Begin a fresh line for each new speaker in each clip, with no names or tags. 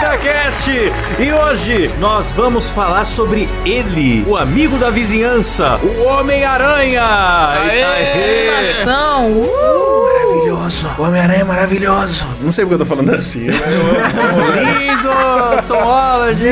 Podcast. um E hoje nós vamos falar sobre ele, o amigo da vizinhança, o Homem-Aranha.
Aê!
Eita,
Ação! Uh!
Maravilhoso. O Homem-Aranha é maravilhoso.
Não sei porque eu tô falando assim. mas Eu amo, né?
Lindo, Tom Holland.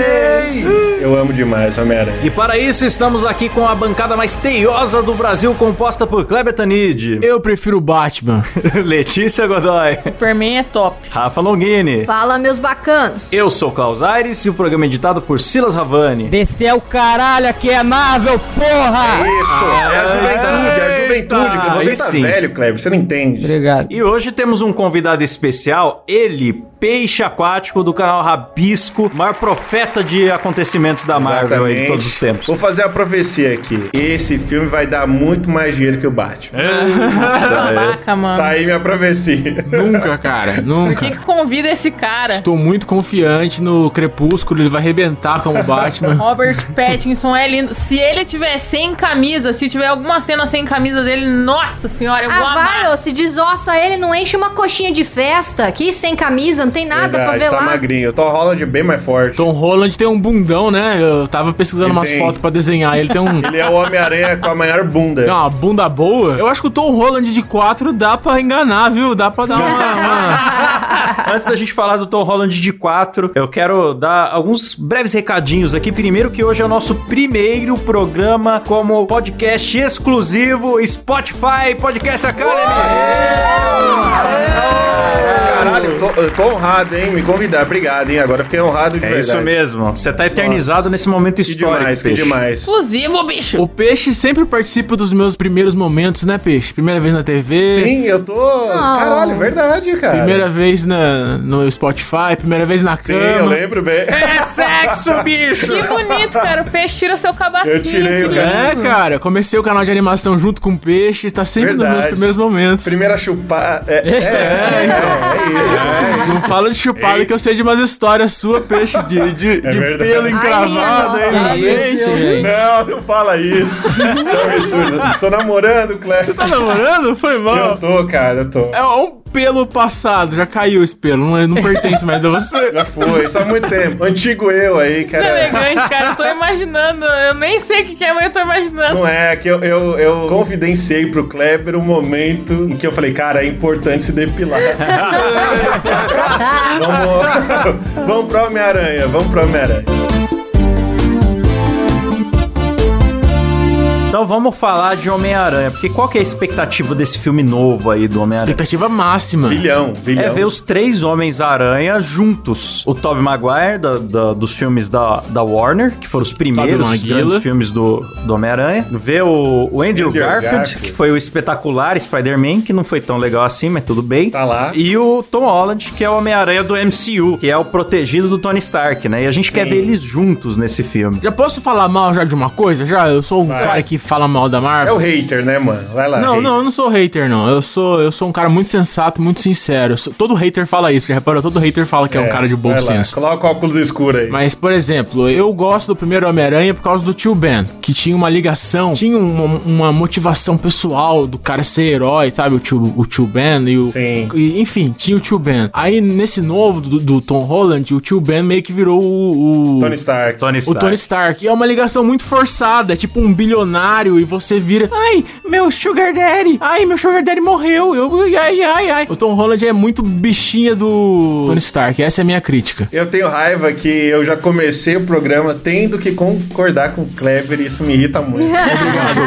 eu amo demais o Homem-Aranha.
E para isso estamos aqui com a bancada mais teiosa do Brasil, composta por Kleber Tanid,
Eu prefiro o Batman.
Letícia Godoy,
Superman é top.
Rafa Longini.
Fala, meus bacanos.
Eu sou Klaus Aires e o programa é editado por Silas Ravani.
Descer o caralho aqui é Marvel, porra!
Isso, é a juventude, é a juventude.
Eita,
que Você
aí
tá
sim.
velho, Kleber, você não entende.
Obrigado.
E hoje temos um convidado especial, ele, peixe aquático do canal Rabisco, maior profeta de acontecimentos da Marvel aí de
Exatamente.
todos os tempos.
Vou fazer a profecia aqui. Esse filme vai dar muito mais dinheiro que o Batman.
Tá,
Caraca, mano.
Tá aí minha profecia.
Nunca, cara,
Por que,
nunca.
que convida esse cara?
Estou muito confiante no Crepúsculo, ele vai arrebentar como Batman.
Robert Pattinson é lindo. Se ele tiver sem camisa, se tiver alguma cena sem camisa dele, nossa senhora, eu vou
Ah, vai,
amar.
ô, se desossa ele, não enche uma coxinha de festa. Aqui, sem camisa, não tem nada pra
Verdade,
ver
tá
lá.
magrinho. Tom Holland bem mais forte.
Tom Holland tem um bundão, né? Eu tava pesquisando
Ele
umas
tem.
fotos pra desenhar, ele tem um...
Ele é o Homem-Aranha com a maior bunda.
Tem uma bunda boa. Eu acho que o Tom Holland de 4 dá pra enganar, viu? Dá pra dar uma... uma-
Antes da gente falar do Tom Holland de 4, eu quero dar alguns breves recadinhos aqui. Primeiro que hoje é o nosso primeiro programa como podcast exclusivo Spotify Podcast Academy. É
Caralho, tô, eu tô honrado, hein? Me convidar. Obrigado, hein? Agora eu fiquei honrado de
É
verdade.
isso mesmo. Você tá eternizado nesse momento
Que
histórico,
demais, que
peixe.
demais.
Exclusivo, bicho.
O Peixe sempre participa dos meus primeiros momentos, né, Peixe? Primeira vez na TV...
Sim, eu tô. Caralho, verdade, cara.
Primeira vez na, no Spotify, primeira vez na
Sim, eu
cama.
lembro bem.
É sexo, bicho!
Que bonito, cara. O peixe tira o seu cabacinho.
Eu tirei
que
o
lindo.
É, cara, comecei o canal de animação junto com o Peixe, tá sempre nos meus
Verdade.
primeiros momentos.
Primeira chupada. É, é, é, então, é isso.
Não fala de chupada que eu sei de umas histórias sua, Peixe, de, de, de
É verdade.
pelo
Ai,
encravado
minha
aí
nossa.
na mente. gente.
Não, não fala isso. Que absurdo. Tô namorando, Cléber.
Tá namorando? Foi
Eu
mal.
tô, cara, eu tô.
É um pelo passado, já caiu esse pelo, não, não pertence mais a você.
Já foi, só há muito tempo. Antigo eu aí,
Que
cara.
elegante, cara. Eu tô imaginando. Eu nem sei o que, que é, mas eu tô imaginando.
Não é, que eu, eu, eu confidenciei pro Kleber um momento em que eu falei, cara, é importante se depilar. vamos, vamos pro Homem-Aranha, vamos pro Homem-Aranha.
Então vamos falar de Homem-Aranha, porque qual que é a expectativa desse filme novo aí do Homem-Aranha?
Expectativa máxima.
Bilhão, bilhão.
É ver os três Homens-Aranha juntos. O Tobey Maguire, da- da- dos filmes da, da Warner, que foram os primeiros
Maguila.
grandes filmes do, do Homem-Aranha. Ver o, o Andrew,
Andrew
Garfield,
Garfield.
que foi o espetacular Spider-Man, que não foi tão legal assim, mas tudo bem.
Tá lá.
E o Tom Holland, que é o Homem-Aranha do MCU, que é o protegido do Tony Stark, né? E a gente quer ver eles juntos nesse filme.
Já posso falar mal já de uma coisa? Já, eu sou um cara que fala mal da Marvel.
É o hater, né, mano? Vai lá.
Não,
hater.
não, eu não sou hater, não. Eu sou, eu sou um cara muito sensato, muito sincero. Eu sou- Todo hater fala isso, já reparou? Todo hater fala que é, um cara de bom
vai lá,
senso.
Coloca o óculos escuro aí.
Mas, por exemplo, eu gosto do primeiro Homem-Aranha por causa do tio Ben, que tinha uma ligação, tinha um, uma, uma motivação pessoal do cara ser herói, sabe? O tio, o tio Ben e o.
Sim.
e, enfim, tinha o tio Ben. Aí, nesse novo do, do Tom Holland, o tio Ben meio que virou o. o-
Tony Stark.
Tony
o
Stark.
Tony Stark. E é uma ligação muito forçada, é tipo um bilionário e você vira, ai, meu Sugar Daddy, ai, meu Sugar Daddy morreu, eu, ai, ai, ai. O Tom Holland é muito bichinha do Tony Stark, essa é a minha crítica.
Eu tenho raiva que eu já comecei o programa tendo que concordar com o Kleber e isso me irrita muito. Mas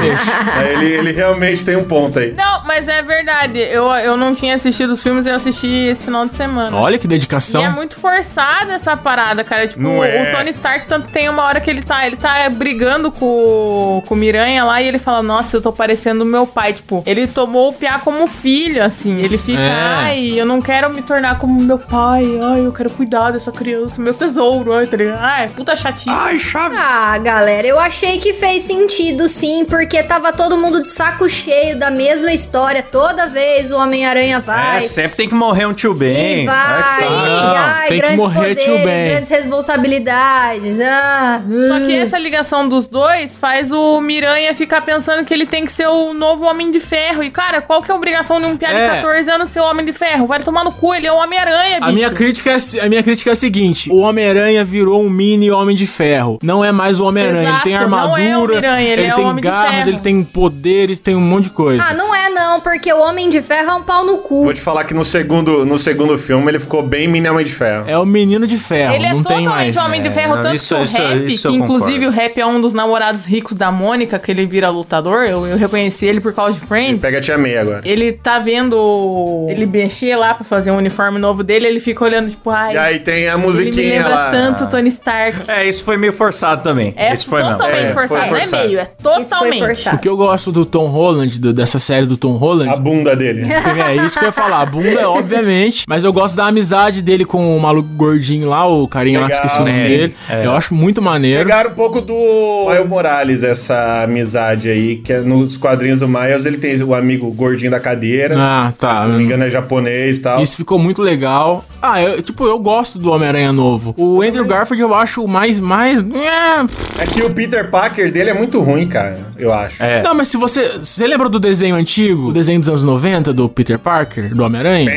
ele, ele realmente tem um ponto aí.
Não, mas é verdade. Eu, eu não tinha assistido os filmes, eu assisti esse final de semana.
Olha que
E
dedicação.
é muito forçada essa parada, cara. Tipo,
então. Não é.
o Tony Stark tanto tem uma hora que ele tá, ele tá brigando com, o- com o Miranha lá e ele fala: "Nossa, eu tô parecendo meu pai", tipo, ele tomou o piá como filho, assim. Ele fica:
É.
"Ai, eu não quero me tornar como meu pai. Ai, eu quero cuidar dessa criança, meu tesouro". Ai, tá ligado? Ai, puta chatice.
Ai, Chaves!
Ah, galera, eu achei que fez sentido sim, porque tava todo mundo de saco cheio da mesma história. Toda vez o Homem-Aranha vai.
É, sempre tem que morrer um tio
E
Ben.
vai,
Não,
e
tem
ai,
que
grandes
morrer, tio
poderes,
Ben.
grandes responsabilidades. Ah,
Só que essa ligação dos dois faz o Miranha Homem-Aranha fica pensando que ele tem que ser o novo Homem de Ferro. E, cara, qual que é a obrigação de um piá
É.
de 14 anos ser o Homem de Ferro? Vai tomar no cu, ele é o Homem-Aranha, bicho.
A minha, crítica é, a- a minha crítica é a seguinte: o Homem-Aranha virou um mini Homem de Ferro. Não é mais o Homem-Aranha. Ele
Exato,
tem
não é o
armadura,
Homem-Aranha, ele é o
tem
Homem de
garras,
Ferro.
ele tem poderes, tem um monte de coisa.
Ah, não é não, porque o Homem de Ferro é um pau no cu.
Vou te falar que no segundo, no segundo filme ele ficou bem mini Homem de Ferro.
É o menino de ferro,
Ele é
não tem
totalmente
mais.
homem de
É,
ferro,
não,
tanto
isso-
que o
isso-
rap,
isso eu
que
concordo.
inclusive o rap é um dos namorados ricos da Mônica, que ele vira lutador, eu, eu reconheci ele por causa de
um
Friends.
Pega a Tia May agora.
Ele tá vendo ele mexer lá pra fazer um uniforme novo dele, ele fica olhando, tipo, ai,
E aí tem a
ele me
musiquinha
lembra
lá.
tanto Tony Stark.
É, isso foi meio forçado também.
É
isso foi mesmo.
totalmente
É, foi
forçado, não
forçado.
é meio, é
Isso foi
totalmente.
O
forçado.
que eu gosto do Tom Holland, do- dessa série do Tom Holland.
A bunda dele.
É isso que eu ia falar. A bunda, obviamente. Mas eu gosto da amizade dele com o maluco gordinho lá, o carinha lá que
Legal,
esqueci o nome
né?
dele.
É.
Eu acho muito maneiro.
Pegaram um pouco do Miles Morales, essa amizade aí, que é nos quadrinhos do Miles ele tem o amigo gordinho da cadeira.
Ah, tá.
né? Se não me engano, é japonês e tal.
Isso ficou muito legal. Ah, eu, tipo, eu gosto do Homem-Aranha novo. O Andrew Garfield eu acho o mais, mais... é, pff.
É que o Peter Parker dele é muito ruim, cara, eu acho.
É.
Não, mas se você... Você lembra do desenho antigo? O desenho dos anos 90, do Peter Parker, do Homem-Aranha?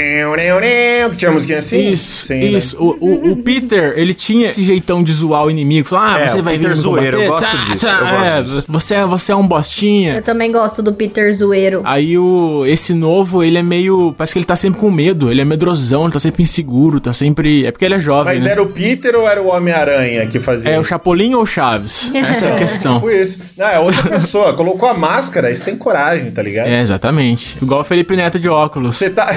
Que tinha musiquinha assim?
Isso,
Sim, né?
isso. O, o- o Peter, ele tinha esse jeitão de zoar o inimigo. Falar, ah,
É,
você
o
vai
Peter
vir me
zoeiro,
combater?
eu gosto disso, eu gosto
é,
disso.
Você, é- você é um bostinha.
Eu também gosto do Peter Zoeiro.
Aí o esse novo, ele é meio, parece que ele tá sempre com medo, ele é medrosão, ele tá sempre inseguro, tá sempre, é porque ele é jovem,
Mas
né?
era o Peter ou era o Homem-Aranha que fazia?
É o Chapolin ou o Chaves? Essa é a questão.
Tipo isso. Não, é outra pessoa. Colocou a máscara, isso tem coragem, tá ligado?
É, exatamente. Igual o Felipe Neto de óculos.
Você tá,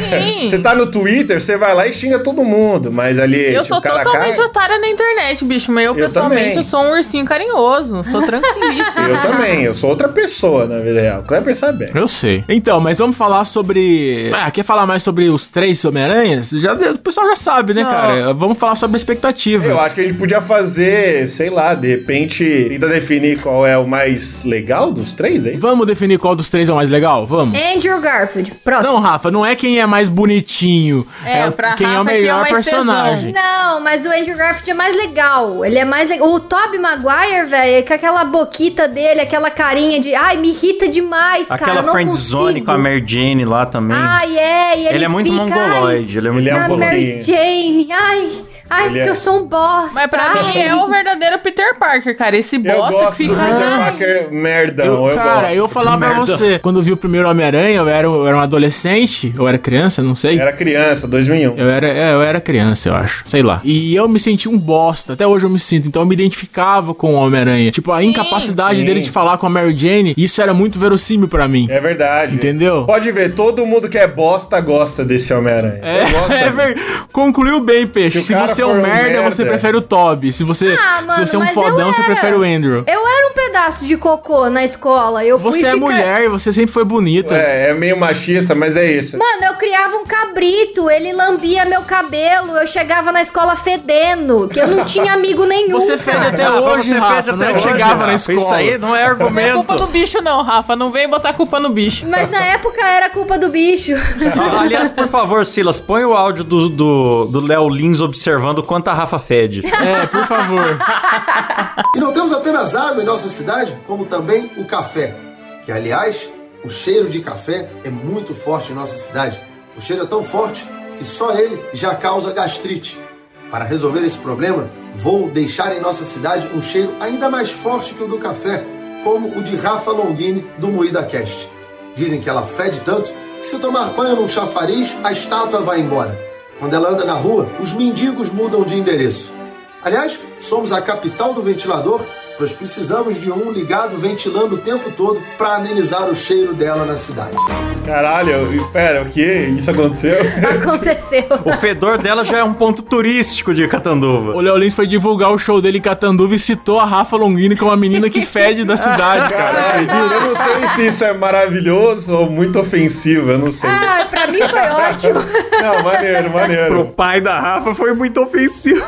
você tá no Twitter, você vai lá e xinga todo mundo, mas ali.
Eu
tipo,
sou
cara a
totalmente
cara,
otária na internet, bicho, mas eu,
Eu
pessoalmente
também.
eu sou um ursinho carinhoso, sou tranquilíssimo.
Eu também, eu sou outra pessoa na vida real. Kleber sabe. bem.
Eu sei. Então, mas vamos falar sobre. Ah, quer falar mais sobre os três Homem-Aranhas? Já, o pessoal já sabe, né,
Não.
cara? Vamos falar sobre a expectativa.
Eu acho que a gente podia fazer, sei lá, de repente, tentar definir qual é o mais legal dos três, hein?
Vamos definir qual dos três é o mais legal? Vamos.
Andrew Garfield,
Não,
próximo.
Rafa, não é quem é mais bonitinho.
É,
o-
pra
quem é o
Rafa é quem é o
melhor
mais
personagem.
tesão.
É.
Não. mas o Andrew Garfield é mais legal. Ele é mais legal. O Tobey Maguire, velho, com aquela boquita dele, aquela carinha de. Ai, me irrita demais, cara.
Aquela
eu não
friendzone
consigo."
com a Mary Jane lá também.
Ai, é. E ele,
ele, é muito
fica,
mongoloide. Ele é muito
Ele é um
Ai, a
mongoloide.
Mary
pouquinho.
Jane. Ai, ai,
Ele
porque
é-
eu sou um bosta.
Mas pra mim
ai.
é o verdadeiro Peter Parker, cara. Esse
Eu
bosta que
gosto
fica.
do Peter
Ai,
Parker merdão.
Eu-
Eu,
cara,
gosto.
eu falar pra
merda.
você, quando eu vi o primeiro Homem-Aranha, eu era, eu era um adolescente, eu era criança, não sei.
Era criança, 2001.
Eu era, é, eu era criança, eu acho. Sei lá. E eu me senti um bosta. Até hoje eu me sinto. Então eu me identificava com o Homem-Aranha. Tipo, a incapacidade
Sim.
dele de falar com a Mary Jane, isso era muito verossímil pra mim.
É verdade.
Entendeu?
Pode ver, todo mundo que é bosta gosta desse Homem-Aranha. Eu gosto
é
dele.
ver... Concluiu bem, Peixe.
Se o
Se
cara
você é
for
um
um
merda,
merda-
você prefere o Toby. Se você,
Ah, mano,
se você é um
mas eu
fodão, você
era.
prefere o Andrew.
Eu era um pedaço de cocô na escola. Eu fui
Você é
ficar-
mulher e você sempre foi bonita.
É, é meio machista, mas é isso.
Mano, eu criava um cabrito, ele lambia meu cabelo, eu chegava na escola fedendo, que eu não tinha amigo nenhum.
Você fede
cara.
até
Rafa,
hoje,
você
Rafa,
fez
não
até
é que
hoje,
chegava na
Rafa.
escola.
Isso aí não é
Não é culpa do
argumento.
bicho, não, Rafa. Não vem botar culpa no bicho.
Mas na época era culpa do bicho.
Ah, Aliás, por favor, Silas, põe o áudio do Léo do, Léo Lins observando quanto a Rafa fede.
É, por favor.
E não temos apenas água em nossa cidade, como também o café. Que, aliás, o cheiro de café é muito forte em nossa cidade. O cheiro é tão forte que só ele já causa gastrite. Para resolver esse problema, vou deixar em nossa cidade um cheiro ainda mais forte que o do café, como o de Rafa Longini do Moída Cast. Dizem que ela fede tanto que se tomar banho num chafariz, a estátua vai embora. Quando ela anda na rua, os mendigos mudam de endereço. Aliás, somos a capital do ventilador, pois precisamos de um ligado ventilando o tempo todo para amenizar o cheiro dela na cidade.
Caralho, espera, o que? Isso aconteceu?
Aconteceu.
O fedor dela já é um ponto turístico de
O
Catanduva.
Léo Lins foi divulgar o show dele em Catanduva e citou a Rafa Longini como a menina que fede da cidade, cara.
Caralho, eu não sei se isso é maravilhoso ou muito ofensivo, eu não sei.
Ah, pra mim foi ótimo.
Não, maneiro,
Pro
maneiro.
pai da Rafa foi muito ofensivo.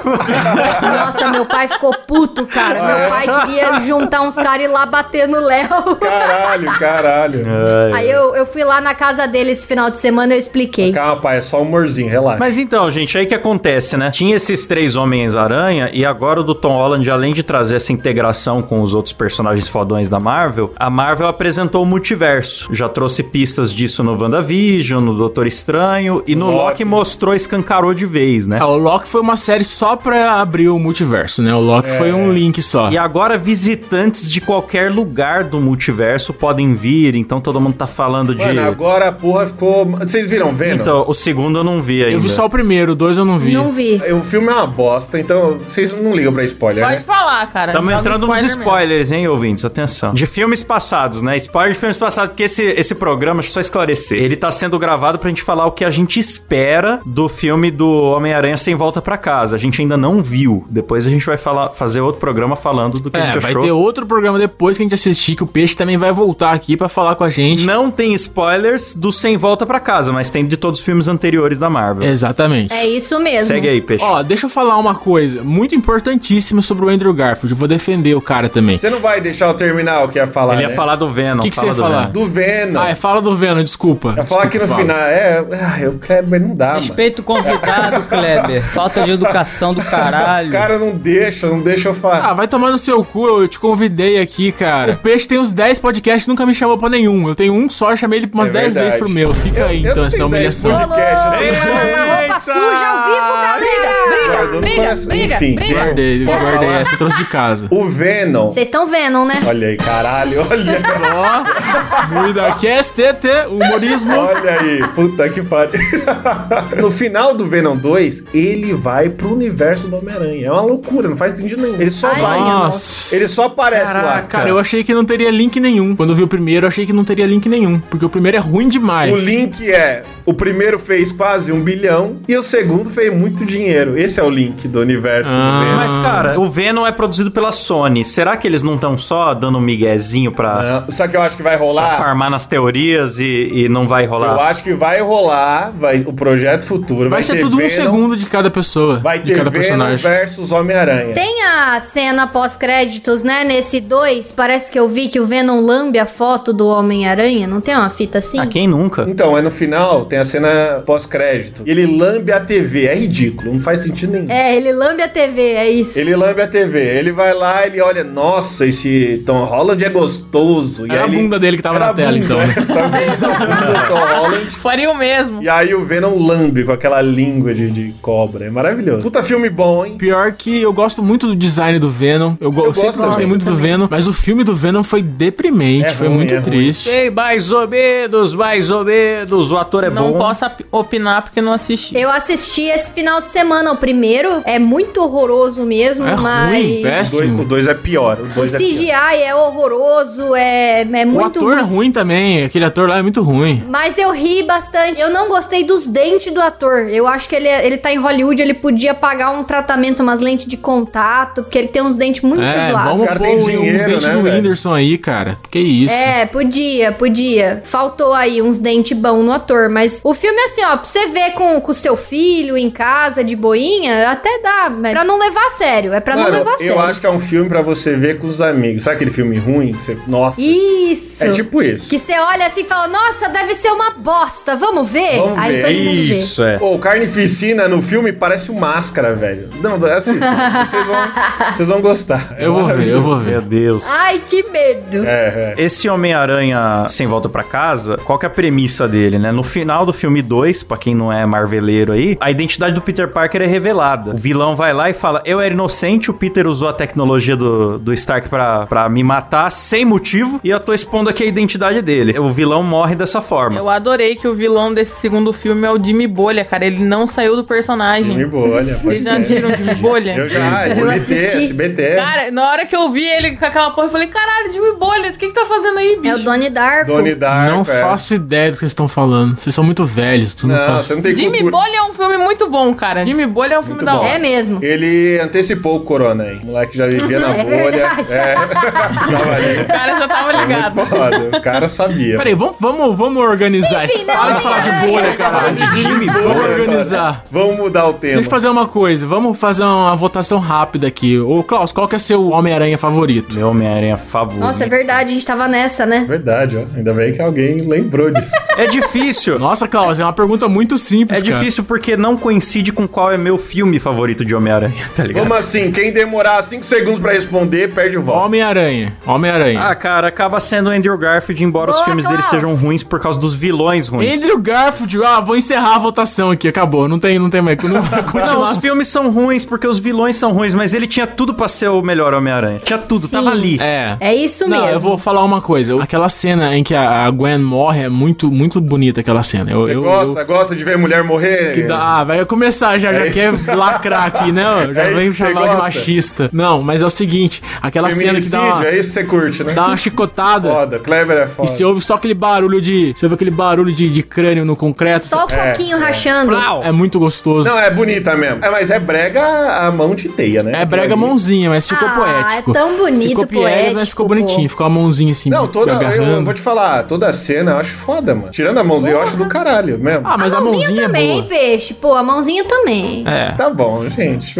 Nossa, meu pai ficou puto, cara. Meu pai queria juntar uns caras e ir lá bater no Léo.
Caralho, caralho.
Aí eu, eu fui lá na casa dele esse final de semana e eu expliquei.
Calma, pai, é só humorzinho, relaxa.
Mas então, gente, aí que acontece, né? Tinha esses três Homens-Aranha e agora o do Tom Holland, além de trazer essa integração com os outros personagens fodões da Marvel, a Marvel apresentou o multiverso. Já trouxe pistas disso no WandaVision, no Doutor Estranho e no
Loki.
Loki mostrou, escancarou de vez, né?
Ah, o Loki foi uma série só pra abrir o multiverso, né? O Loki foi
É.
um link só.
E agora visitantes de qualquer lugar do multiverso podem vir, então todo mundo tá falando de
Mano, agora a porra ficou. Vocês viram Venom?
Então, o segundo eu não vi ainda.
Eu vi só o primeiro, o dois eu não vi.
Não vi.
O filme é uma bosta, então vocês não ligam pra spoiler,
Pode
né?
falar, cara.
Estamos
Joga
entrando nos
spoiler mesmo.
spoilers, hein, ouvintes? Atenção. De filmes passados, né? Spoiler de filmes passados, porque esse, esse programa, deixa eu só esclarecer, ele tá sendo gravado pra gente falar o que a gente espera do filme do Homem-Aranha Sem Volta pra Casa. A gente ainda não viu. Depois a gente vai falar, fazer outro programa falando do que a
É,
gente
vai
achou.
ter outro programa depois que a gente assistir, que o Peixe também vai voltar aqui pra falar com a gente.
Não tem spoilers do Sem Volta pra Casa, mas tem de todos os filmes anteriores da Marvel.
Exatamente.
É isso mesmo.
Segue aí, Peixe.
Ó, deixa eu falar uma coisa muito importantíssima sobre o Andrew Garfield. Eu vou defender o cara também.
Você não vai deixar eu terminar o que ia falar.
Ele ia
né?
falar do Venom.
O que que
fala
você ia
do
falar?
Venom.
do Venom.
Ah, é, fala do Venom, desculpa.
Ia falar que no
Desculpa,
final. É. Ai, o Kleber não dá, mano.
Respeito o convidado, Kleber. Falta de educação do
O
caralho.
cara não deixa, não deixa eu
Ah,
falar.
vai tomar no seu cu, eu te convidei aqui, cara. O Peixe tem uns 10 podcasts nunca me chamou pra nenhum. Eu tenho um só, eu chamei ele umas
É
10
verdade.
vezes pro meu. Fica aí,
eu
então,
não
essa
tenho
humilhação.
Ô, louco,
Podcast,
roupa
Eita!
suja ao vivo, galera!
Guardou no
Briga,
coração.
briga,
Enfim,
briga.
Guardei,
Posso
guardei
falar?
essa, eu trouxe de casa.
O Venom.
Vocês estão vendo, né?
Olha aí, caralho, olha.
Ó, Muida QSTT, humorismo.
Olha aí, puta que pariu. no final do Venom 2, ele vai pro universo do Homem-Aranha. É uma loucura, não faz sentido nenhum. Ele só
Ai,
vai.
meu
Nossa.
Ele é só aparece lá.
Caraca, cara, eu achei que não teria link nenhum. Quando eu vi o primeiro, eu achei que não teria link nenhum. Porque o primeiro é ruim demais.
O link é: o primeiro fez quase um bilhão e o segundo fez muito dinheiro. Esse é o link do universo
Ah.
do Venom.
Mas, cara, o Venom é produzido pela Sony. Será que eles não estão só dando um miguezinho pra...
Ah, Sabe o que eu acho que vai
Tá
pra
rolar?
farmar nas teorias e, e não vai
Eu
rolar.
acho que vai rolar vai, o projeto futuro.
Vai ser
ter
tudo um
Venom,
segundo de cada pessoa.
Vai
de
ter
cada
Venom
personagem.
versus Homem-Aranha.
Tem a cena pós-créditos, né? Nesse 2, parece que eu vi que o Venom lambe a foto do Homem-Aranha. Não tem uma fita assim?
Ah, quem nunca?
Então, é no final, tem a cena pós-crédito. E Ele lambe a TV, é ridículo, não faz sentido nenhum.
É, ele lambe a TV, é isso.
Ele lambe a TV, ele vai lá, ele olha, nossa, esse Tom Holland é gostoso. E
Era a
aí ele-
bunda dele que tava
Era
na
a
tela,
bunda,
então.
né? Tava vendo o Tom Holland.
Faria o mesmo.
E aí o Venom lambe com aquela língua de, de cobra, é maravilhoso. Puta filme bom, hein?
Pior que eu gosto muito do design do Venom. Eu, go- eu sempre
gosto
gostei
também.
muito do Venom, mas o filme do Venom foi deprimente,
É
foi
ruim,
muito
é ruim.
triste.
Sei, mais ou menos, mais ou menos. O ator é
não
bom.
posso ap- opinar porque não assisti.
Eu assisti esse final de semana, o primeiro. É muito horroroso mesmo,
É
mas.
ruim,
O dois-
péssimo.
o 2 é pior. O
O
2 é pior.
CGI é horroroso, é, é
O
muito
ator é
ruim.
ruim também, aquele ator lá é muito ruim.
Mas eu ri bastante. Eu não gostei dos dentes do ator. Eu acho que ele, ele tá em Hollywood, ele podia pagar um tratamento, umas lentes de contato, porque ele tem uns dentes muito
É,
zoados.
vamos
cara
pôr
tem
uns
dinheiro,
dentes
né,
do
velho?
Whindersson aí, cara. Que isso.
É, podia, podia. Faltou aí uns dentes bons no ator, mas o filme é assim, ó, pra você ver com o seu filho em casa, de boinha, até dá, mas pra não levar a sério, é pra não
Mano,
levar a sério.
eu acho que é um filme pra você ver com os amigos. Sabe aquele filme ruim? que Você... Nossa.
Isso!
É tipo isso.
Que você olha assim e fala, nossa, deve ser uma bosta, vamos ver?
Vamos
aí
ver.
todo mundo vê.
Isso, é.
Pô, o Carnificina no filme parece um máscara, velho. Não, assista. vocês, vão, vocês vão gostar.
Eu vou ver, eu vou
é. Meu
ver.
Deus.
Ah.
Ai, que medo.
É, é.
Esse Homem-Aranha Sem Volta pra Casa, qual que é a premissa dele, né? No final do filme 2, pra quem não é marveleiro aí, a identidade do Peter Parker é revelada. O vilão vai lá e fala, eu era inocente, o Peter usou a tecnologia do, do Stark pra, pra me matar sem motivo, e eu tô expondo aqui a identidade dele. O vilão morre dessa forma.
Eu adorei que o vilão desse segundo filme é o Jimmy Bolha, cara. Ele não saiu do personagem.
Jimmy Bolha. pode
Vocês já
ver.
assistiram o Jimmy Bolha?
Eu já, é
Eu
SBT,
assisti. É.
SBT.
Cara, na hora que eu vi ele com aquela porra, eu falei, caralho, Jimmy Bolha, o que que tá fazendo aí, bicho?
É o Donnie Darko.
Donnie Darko.
Não
é.
faço ideia do que vocês estão falando. Vocês são muito velhos, tu não,
Não,
faz.
você não tem
Jimmy
cultura.
Bolha é um filme muito bom, cara. Jimmy Bolha é um filme
Muito
da
bom.
hora.
É mesmo.
Ele antecipou o corona aí. O moleque já vivia na
É
bolha.
verdade.
É. Tava
O
ali.
cara já tava
É
ligado.
Muito foda. O cara sabia.
Peraí, vamos, vamos, vamos organizar
Enfim,
isso.
não,
Para de
não,
falar de
não,
bolha,
não.
caralho.
Jimmy,
Vamos
Agora,
organizar.
Vamos mudar o tema.
Deixa eu fazer uma coisa, vamos fazer uma votação rápida aqui. Ô, Klaus, qual que é seu Homem-Aranha favorito?
Meu Homem-Aranha favorito.
Nossa, é verdade, a gente tava nessa, né?
É Verdade, ó. Ainda bem que alguém lembrou disso.
É difícil.
Nossa, Klaus, é uma pergunta muito simples,
É
cara.
difícil porque não coincide com qual é meu filme favorito de Homem-Aranha, tá ligado?
Vamos assim, quem demorar 5 segundos pra responder, perde o voto.
Homem-Aranha, Homem-Aranha.
Ah, cara, acaba sendo o Andrew Garfield, embora os
Boa,
filmes dele
Klaus.
sejam ruins por causa dos vilões ruins.
Andrew Garfield, ah, vou encerrar a votação aqui, acabou. Não tem, não tem mais, não vai
Não,
continuar.
os filmes são ruins porque os vilões são ruins, mas ele tinha tudo pra ser o melhor Homem-Aranha. Tinha tudo, tava ali.
É.
É isso
Não,
mesmo.
eu vou falar uma coisa. Aquela cena em que a a Gwen morre é muito, muito bonita aquela cena. Eu,
Você
eu-
gosta,
eu-
gosta de ver mulher morrer?
que dá- ah, vai começar já, já
É
quer lacrar aqui, né? ó, Já
É isso
vem
que você
chamar de
gosta?
machista. Não, mas é o seguinte, aquela cena que
Feminicídio,
dá uma,
é isso que você curte, né?
dá uma chicotada
Foda, Kleber é
e
foda.
você ouve só aquele barulho de, você ouve aquele barulho de, de crânio no concreto.
Só o coquinho rachando.
É muito gostoso.
Não, é bonita mesmo. É, mas é brega a mão de teia, né?
é, brega
Ali.
mãozinha, mas ficou
Ah,
poético.
é tão bonito,
ficou mas
poético,
ficou
pô.
bonitinho. Ficou a mãozinha assim,
Não, toda. Eu
agarrando.
vou te falar, toda cena eu acho foda, mano. Tirando a mãozinha, eu acho do caralho mesmo.
Ah, mas a mãozinha, é
também,
boa.
peixe. Pô, a mãozinha também.
É.
Tá bom, gente.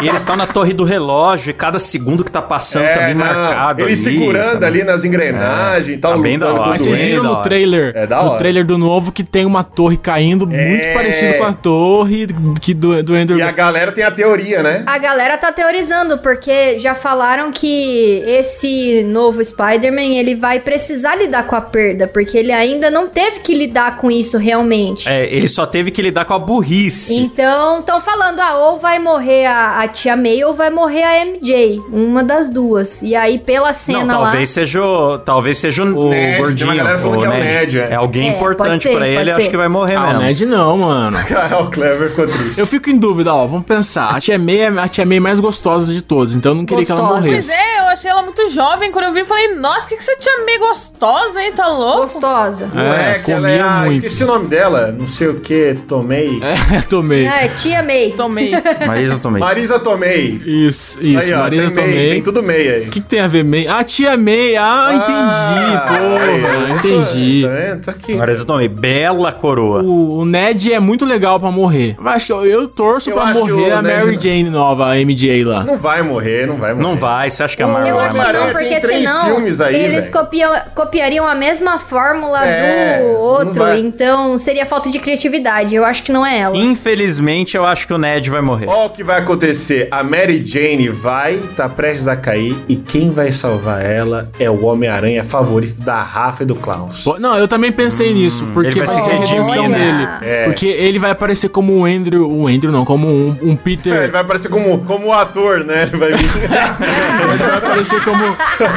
E eles estão na torre do relógio e cada segundo que tá passando tá
É,
bem
não,
marcado.
ele
ali,
segurando
tá-
ali nas engrenagens e
É,
tal,
tá bem da
lutando
hora.
com
Mas vocês
doendo,
viram
da
no
hora.
trailer,
É da
no
hora.
trailer do novo, que tem uma torre caindo muito
É.
parecido com a torre que do, do Andrew
E a galera tem a teoria, né?
A galera tá teorizando, porque já falaram que esse novo Spider-Man, ele vai precisar lidar com a perda, porque ele ainda não teve que lidar com isso realmente.
É, ele só teve que lidar com a burrice.
Então, estão falando, ah, ou vai morrer a, a tia May ou vai morrer a MJ. Uma das duas. E aí, pela cena
Não,
lá.
talvez seja, o- talvez seja o
Ned, Né? tem uma
gordinho,
galera falando que é o Ned, é.
é. alguém
É, pode
importante
ser,
pra ele,
pode
acho
ser.
que vai morrer
Ah, o
mesmo.
Ned não, mano.
Ah, o Clever ficou triste.
Eu fico em dúvida, ó, vamos pensar. A Tia May é a Tia May mais gostosa de todos, então eu não queria que ela
Gostosa.
morresse.
Pois é, eu achei ela muito jovem. Quando eu vi, eu falei, nossa, o que, que você tinha meio gostosa, hein? Tá louco?
Gostosa.
Não é, que ela é
comia
a...
muito.
Esqueci o nome dela, não sei o que, Tomei.
É, tomei.
É, tia May.
Tomei.
é
Marisa também.
Marisa Tomei.
Isso, isso.
aí, ó,
Marisa
tem May,
tomei.
Tem
O
tudo May aí.
que, que tem a ver May? Ah, Tia May. Ah, entendi. Porra,
aí,
entendi.
Tá vendo? Tô aqui.
Marisa também. Bela coroa.
O, o Ned é muito legal pra morrer. Eu Acho que eu, eu torço
Eu
pra
acho que
morrer
o
a
Ned
Mary
não-
Jane nova, a MJ lá.
Não vai morrer, não vai morrer.
Não vai, você acha que é a Marvel
Eu
vai
acho
morrer?
que
Homem-Aranha
não, porque
tem três filmes
senão
aí,
eles
velho.
copiam- copiariam a mesma fórmula
É,
do
não
outro,
vai.
então seria falta de criatividade. Eu acho que não é ela.
Infelizmente, eu acho que o Ned vai morrer.
Ó, o que vai acontecer? A Mary Jane vai, tá prestes a cair, e quem vai salvar ela é o Homem-Aranha favorito da Rafa e do Klaus.
Pô, Não, eu também pensei nisso, porque
Hum, ele vai
vai
se
ser a redenção
redimir,
dele.
né?
É.
Porque ele vai aparecer como o Andrew. O Andrew não, como um, um Peter.
É, ele vai aparecer como, como o ator, né? Ele vai vir. É,
Ele vai aparecer como. um-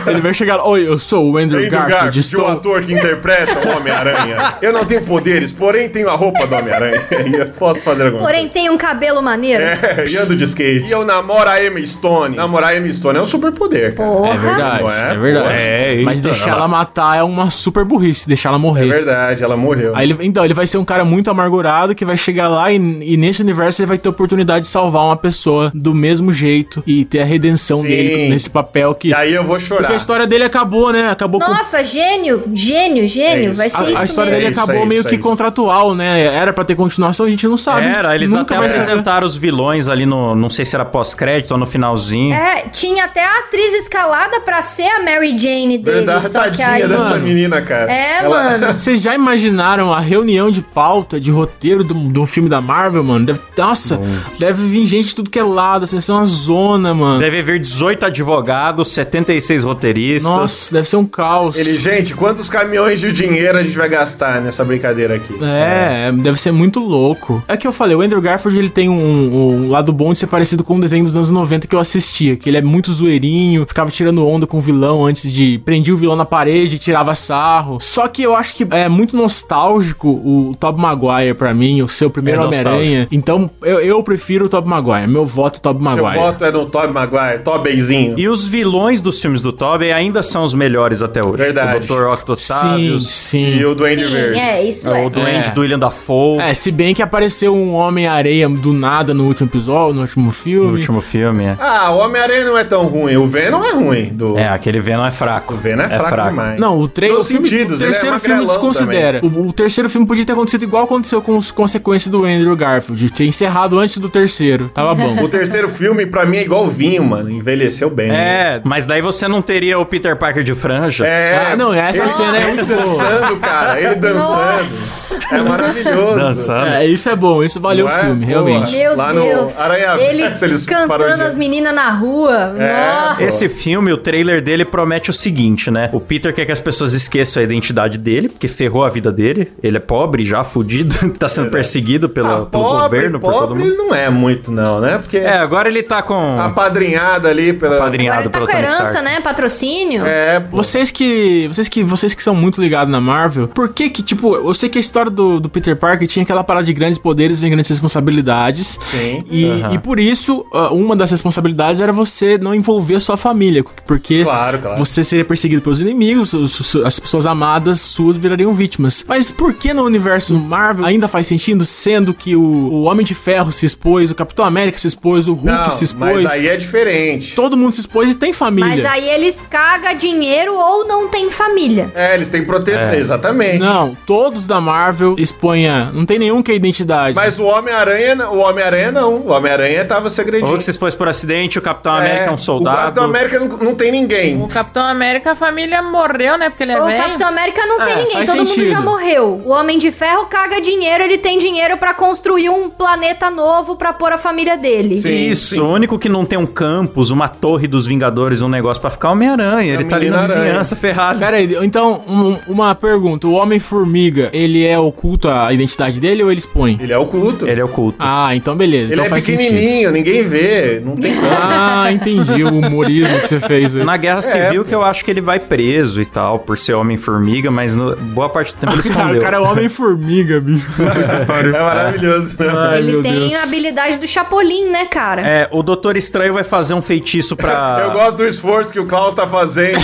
Ele vai chegar lá. Oi, eu sou o Andrew,
Andrew
Garfield.
Garfield, o
estou...
ator que interpreta o Homem-Aranha. Eu não tenho poderes, porém tenho a roupa do Homem-Aranha. E eu posso fazer alguma
Porém, tem um cabelo maneiro.
coisa. É, e ando de skate. E eu namoro a Emma Stone. Namorar a Emma Stone é um superpoder, cara.
Porra.
É verdade,
Não é?
é, verdade.
É,
Mas
então,
deixar
ela-
ela matar é uma super burrice, deixar ela
É
morrer.
verdade, ela morreu.
Aí ele- então, ele vai ser um cara muito amargurado que vai chegar lá e, e nesse universo ele vai ter a oportunidade de salvar uma pessoa do mesmo jeito e ter a redenção
Sim.
dele nesse papel que.
E aí eu vou
Porque
chorar.
a história dele acabou, né? Acabou com
Nossa, gênio, gênio, gênio.
É isso.
Vai ser
A, a
isso
história
mesmo.
dele
É isso,
acabou
é
meio
isso,
que
é isso.
contratual, né? Era pra ter continuação, a gente não sabe.
Era, eles até
Nunca vai
É.
saber.
apresentaram os vilões ali no. Não sei se era pós-crédito ou no finalzinho.
É, tinha até a atriz escalada pra ser a Mary Jane dele,
Verdade,
só que
tadinha
aí...
dessa
Mano.
menina, cara.
É,
Tá. Ela-
mano.
Vocês já imaginaram a reunião de pauta, de roteiro do, do filme da Marvel, mano? Deve- nossa, deve vir gente de tudo que é lado, assim, deve ser uma zona, mano.
Deve haver 18 advogados, 76 roteiristas.
nossa, deve ser um caos.
Ele, gente, quantos caminhões de dinheiro a gente vai gastar nessa brincadeira aqui?
É, deve ser muito louco. É que eu falei, o Andrew Garfield ele tem um, um lado bom de ser parecido com um desenho dos anos 90 que eu assistia, que ele é muito zoeirinho, ficava tirando onda com o vilão antes de prendia o vilão na parede, e tirava sarro. Só que eu acho que é muito nostálgico o Tobey Maguire pra mim, o seu primeiro
É
Homem-Aranha. Então eu, eu prefiro o Tobey Maguire, meu voto é Tobey
Seu
Maguire.
voto é no Toby Maguire, Tobeyzinho.
E os vilões dos filmes do Tobey ainda são os melhores até hoje.
Verdade.
O Dr. Octo Sabios
sim.
E o Duende
Sim,
Verde.
é, isso
o
é.
Duende
É.
do William Dafoe
É, se bem que apareceu um Homem-Areia do nada no último episódio, no último filme.
no último filme. É.
Ah, o Homem-Aranha não é tão ruim. O Venom é ruim. Do...
É, aquele Venom é fraco.
O Venom é, fraco, demais.
Não, o, tre... o,
Nos
filme,
sentidos,
o
ele é
terceiro filme
magrelão
desconsidera. O, o terceiro filme podia ter acontecido igual aconteceu com as consequências do Andrew Garfield. de Ter encerrado antes do terceiro. Tava bom.
O terceiro filme, pra mim, é igual o vinho, mano. Envelheceu bem.
É, mas daí você não teria o Peter Parker de franja.
É.
Ah, não, essa
ele
cena é muito boa.
dançando, cara. Ele dançando. É maravilhoso.
Dançando.
É, isso é bom, isso valeu o
Não é?
filme,
Porra.
realmente.
Meu
Lá no
Deus.
Aranha
ele
Verso, eles
cantando
parodiam.
as meninas na rua.
É.
Nossa.
Esse filme, o trailer dele promete o seguinte, né? O Peter quer que as pessoas esqueçam a identidade dele, porque ferrou a vida dele. Ele é pobre, já fudido, tá sendo perseguido pela,
Ah,
pelo governo, por todo
é. pobre
mundo.
não é muito, não, né? Porque
É, agora ele tá com
apadrinhado ali pela.
Agora
padrinhado
ele tá
pelo
com
Tony
herança,
Stark.
né? Patrocínio.
É, pô.
Vocês que, vocês que. Vocês que são muito ligados na Marvel, por que que, tipo, eu sei que a história do, do Peter Parker tinha aquela parada de grandes poderes vem grandes responsabilidades.
Sim.
E, e por isso, ah, uma das responsabilidades era você não envolver a sua família. Porque
Claro, claro.
você seria perseguido pelos inimigos, os- os- as pessoas amadas suas virariam vítimas. Mas por que no universo Marvel ainda faz sentido, sendo que o, o Homem de Ferro se expôs, o Capitão América se expôs, o Hulk
Não,
se expôs.
mas aí é diferente.
Todo mundo se expôs e tem família.
Mas aí eles cagam dinheiro ou não tem família.
É, eles têm proteção,
é
exatamente.
Não, todos da Marvel expõem. a- Não tem nenhum que é identidade.
Mas o Homem-Aranha, não- o Homem-Aranha não. O Homem-Aranha tava segredinho.
Ou que se expôs por acidente, o Capitão América é um
O
soldado.
Capitão América não, não tem ninguém.
O Capitão América, a família morreu, né? Porque ele é
o
velho.
Capitão América não tem
É,
ninguém,
faz
todo mundo
sentido.
já morreu. O Homem de Ferro caga dinheiro, ele tem dinheiro pra construir um planeta novo pra pôr a família dele.
Sim.
Isso, o único que não tem um campus, uma torre dos Vingadores, um negócio pra ficar é o Homem-Aranha. Ele tá ali na
Menino-Aranha.
vizinhança ferrado.
Pera aí, então, um- uma pergunta. O Homem-Formiga, ele é oculto a identidade dele ou ele expõe?
Ele é oculto.
Ele é oculto.
Ah, então beleza.
Ele
então
é
faz
pequenininho,
sentido.
ninguém vê. Não tem como.
Ah, entendi o humorismo que você fez aí.
Na Guerra Civil, que eu acho que ele vai preso e tal, por ser Homem-Formiga, mas no- boa parte do tempo ele
Cara,
escondeu.
o cara é o Homem-Formiga, bicho.
É maravilhoso. né?
Ai,
ele
meu
tem
Deus.
a habilidade do Chapolin, né, cara?
É, o Doutor Estranho vai fazer um feitiço pra.
Eu gosto do esforço que o Klaus tá fazendo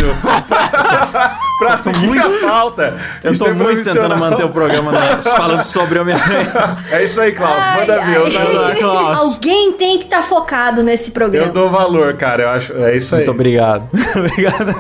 pra- pra seguir a pauta.
Eu
Isso
tô
é
muito tentando
profissional.
manter o programa na- falando sobre Homem-Aranha.
É isso aí, Klaus. Manda ver. Eu,
ai.
dou-
lá, Klaus.
Alguém tem que estar focado nesse programa.
eu dou valor, cara. Eu acho. É isso aí.
Muito obrigado. obrigado.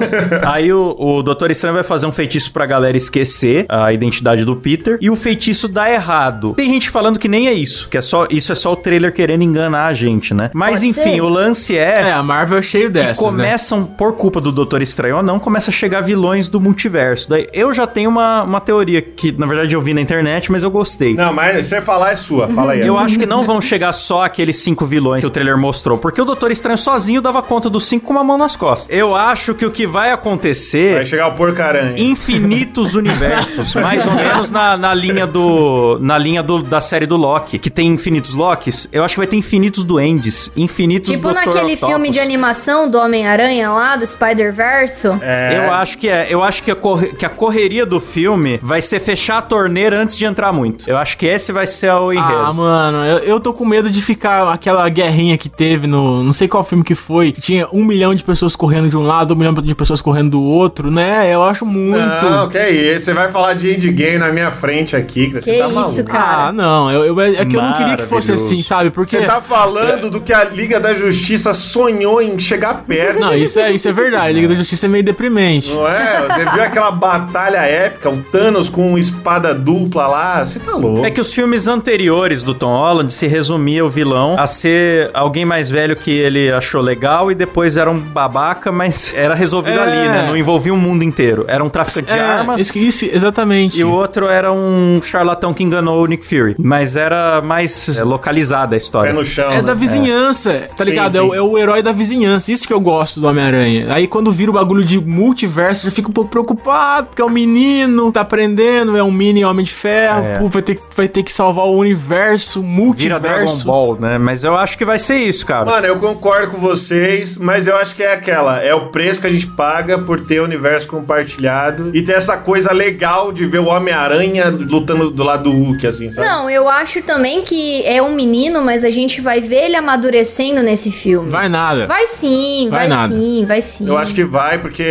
Aí o, o Doutor Estranho vai fazer um feitiço pra galera esquecer a identidade do Peter. E o feitiço dá errado. Tem gente falando que nem é isso, que é só isso é só o trailer querendo enganar a gente, né? Mas
Pode
enfim,
ser. né?
o lance é.
É, a Marvel é cheio
que
dessas, né?
começam, por culpa do Doutor Estranho ou não, começa a chegar vilões do multiverso. Daí eu já tenho uma, uma teoria que, na verdade, eu vi na internet, mas eu gostei.
Não, mas você falar é sua. Fala aí.
Eu
amigo.
acho que não vão chegar só aqueles cinco vilões que o trailer mostrou, porque o Doutor Estranho sozinho dava conta dos cinco com uma mão nas costas. Eu acho que o que vai acontecer
Vai chegar o porcaranha.
infinitos universos, mais ou menos na, na linha do na linha do, da série do Loki, que tem infinitos Locks. Eu acho que vai ter infinitos duendes, infinitos
Tipo
Dr.
naquele
Octopus.
filme de
assim.
animação do Homem-Aranha lá, do Spider-Verso.
Eu acho que é. Eu acho que a, corre- que a correria do filme vai ser fechar a torneira antes de entrar muito. Eu acho que esse vai ser o enredo.
Ah, mano, eu, eu tô com medo de ficar aquela guerrinha que teve no. Não sei qual filme que foi. Que tinha um milhão de pessoas correndo de um lado, um milhão de pessoas correndo do outro, né? Eu acho muito.
Não, que é isso. Você vai falar de endgame na minha frente aqui. Que você
Que
tá
isso,
maluco.
cara.
Ah, não. Eu, eu- é que eu não queria que fosse
Maravilhoso.
assim, sabe? Porque.
Você tá falando do que a Liga da Justiça sonhou em chegar perto.
Não, isso é, isso é verdade. A Liga da Justiça é meio deprimente.
Não é? Você viu aquela batalha épica, o Thanos com espada dupla lá? Você tá louco.
É que os filmes anteriores do Tom Holland se resumia o vilão a ser alguém mais velho que ele achou legal e depois era um babaca, mas era resolvido
É.
ali, né? Não envolvia o mundo inteiro. Era um traficante de
É,
armas.
isso, isso- exatamente.
E o outro era um charlatão que enganou o Nick Fury. Mas era mais é, localizada a história.
Pé no chão.
É
né?
da vizinhança, tá
Sim,
ligado? É, o,
sim.
é o herói da vizinhança. Isso que eu gosto do Homem-Aranha. Aí quando vira o bagulho de multiverso, eu já fico um pouco preocupado, porque é um menino, tá aprendendo, é um mini homem de ferro,
É.
pô, vai, ter, que- vai ter que salvar o universo,
Vira Dragon
multiverso.
Ball, né? Mas eu acho que vai ser isso, cara.
Mano, eu concordo com vocês, mas eu acho que é aquela. É o preço que a gente paga por ter o universo compartilhado e ter essa coisa legal de ver o Homem-Aranha lutando do lado do Hulk, assim, sabe?
Não, eu acho também que é um menino, mas a gente vai ver ele amadurecendo nesse filme.
Vai nada.
Vai sim, vai,
Vai nada.
sim, vai sim.
Eu acho que vai, porque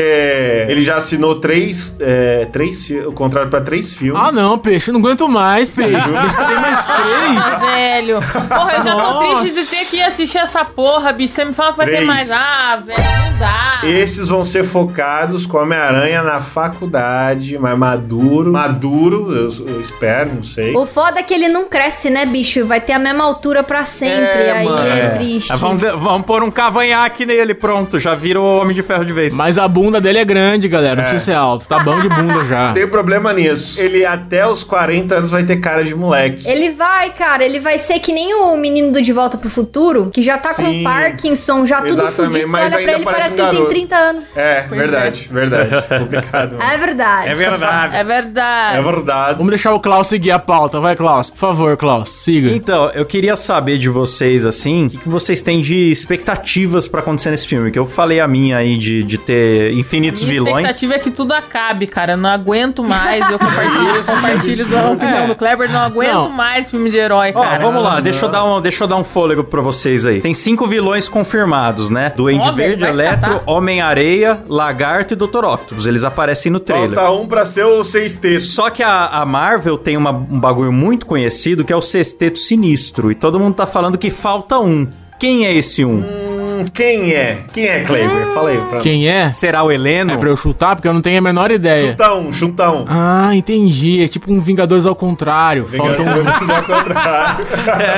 ele já assinou três. É, três fi- o contrato pra três filmes.
Ah, não, peixe, eu não aguento mais, peixe. Peixe, tem mais
Ah,
três.
velho. Porra, eu já tô
Nossa.
triste de ter que ir assistir essa porra, bicho. Você me fala que vai ter
Três.
mais. Ah, velho, não dá.
Esses vão ser focados com Homem-Aranha na faculdade, mas maduro. Maduro, eu, eu espero, não sei.
O foda é que ele não cresce, né, bicho? Vai ter a mesma altura pra sempre.
É,
aí
mano.
é,
É.
triste.
Ah, vamos, vamos pôr um cavanhaque nele, pronto. Já virou Homem de Ferro de vez.
Mas a bunda dele é grande, galera. Não
É.
precisa ser alto. Tá bom de bunda já.
Não tem problema nisso. Ele até os 40 anos vai ter cara de moleque.
Ele vai, cara, ele vai ser que nem o menino do De Volta pro Futuro, que já tá
Sim.
com Parkinson, já tudo
Exatamente,
fudido. Você
mas
olha
ainda
pra ele
parece
parece
um
que ele tem
garoto.
30 anos.
É,
Pois
verdade, verdade. Complicado. mano.
É verdade.
É verdade.
É verdade.
É verdade.
Vamos deixar o Klaus seguir a pauta. Vai, Klaus. Por favor, Klaus. Siga.
Então, eu queria saber de vocês, assim, o que, que vocês têm de expectativas pra acontecer nesse filme? Que eu falei a minha aí de, de ter infinitos
Minha
vilões.
expectativa é que tudo acabe, cara. Eu Não aguento mais. Eu compartilho, compartilho da opinião
É.
do Kleber. Não aguento
Não.
mais filme de herói,
Ó,
é cara.
vamos lá, deixa eu, dar um, deixa eu dar um fôlego pra vocês aí. Tem cinco vilões confirmados, né? Duende
Ó, velho,
Verde,
vai
Eletro,
escapar.
Homem-Areia, Lagarto e Dr. Octopus. Eles aparecem no trailer.
Falta um pra ser o seis terços.
Só que a, a Marvel tem uma- um bagulho muito conhecido que é o Sexteto Sinistro. E todo mundo tá falando que falta um. Quem é esse um?
Hum, Quem é? Quem é, Kleber? Fala aí pra mim.
Quem é?
Será o Heleno?
É pra eu chutar, porque eu não tenho a menor ideia.
Chuta um, chuta um.
Ah, entendi. É tipo um Vingadores ao contrário.
Ah,
Falta um.
Ao contrário.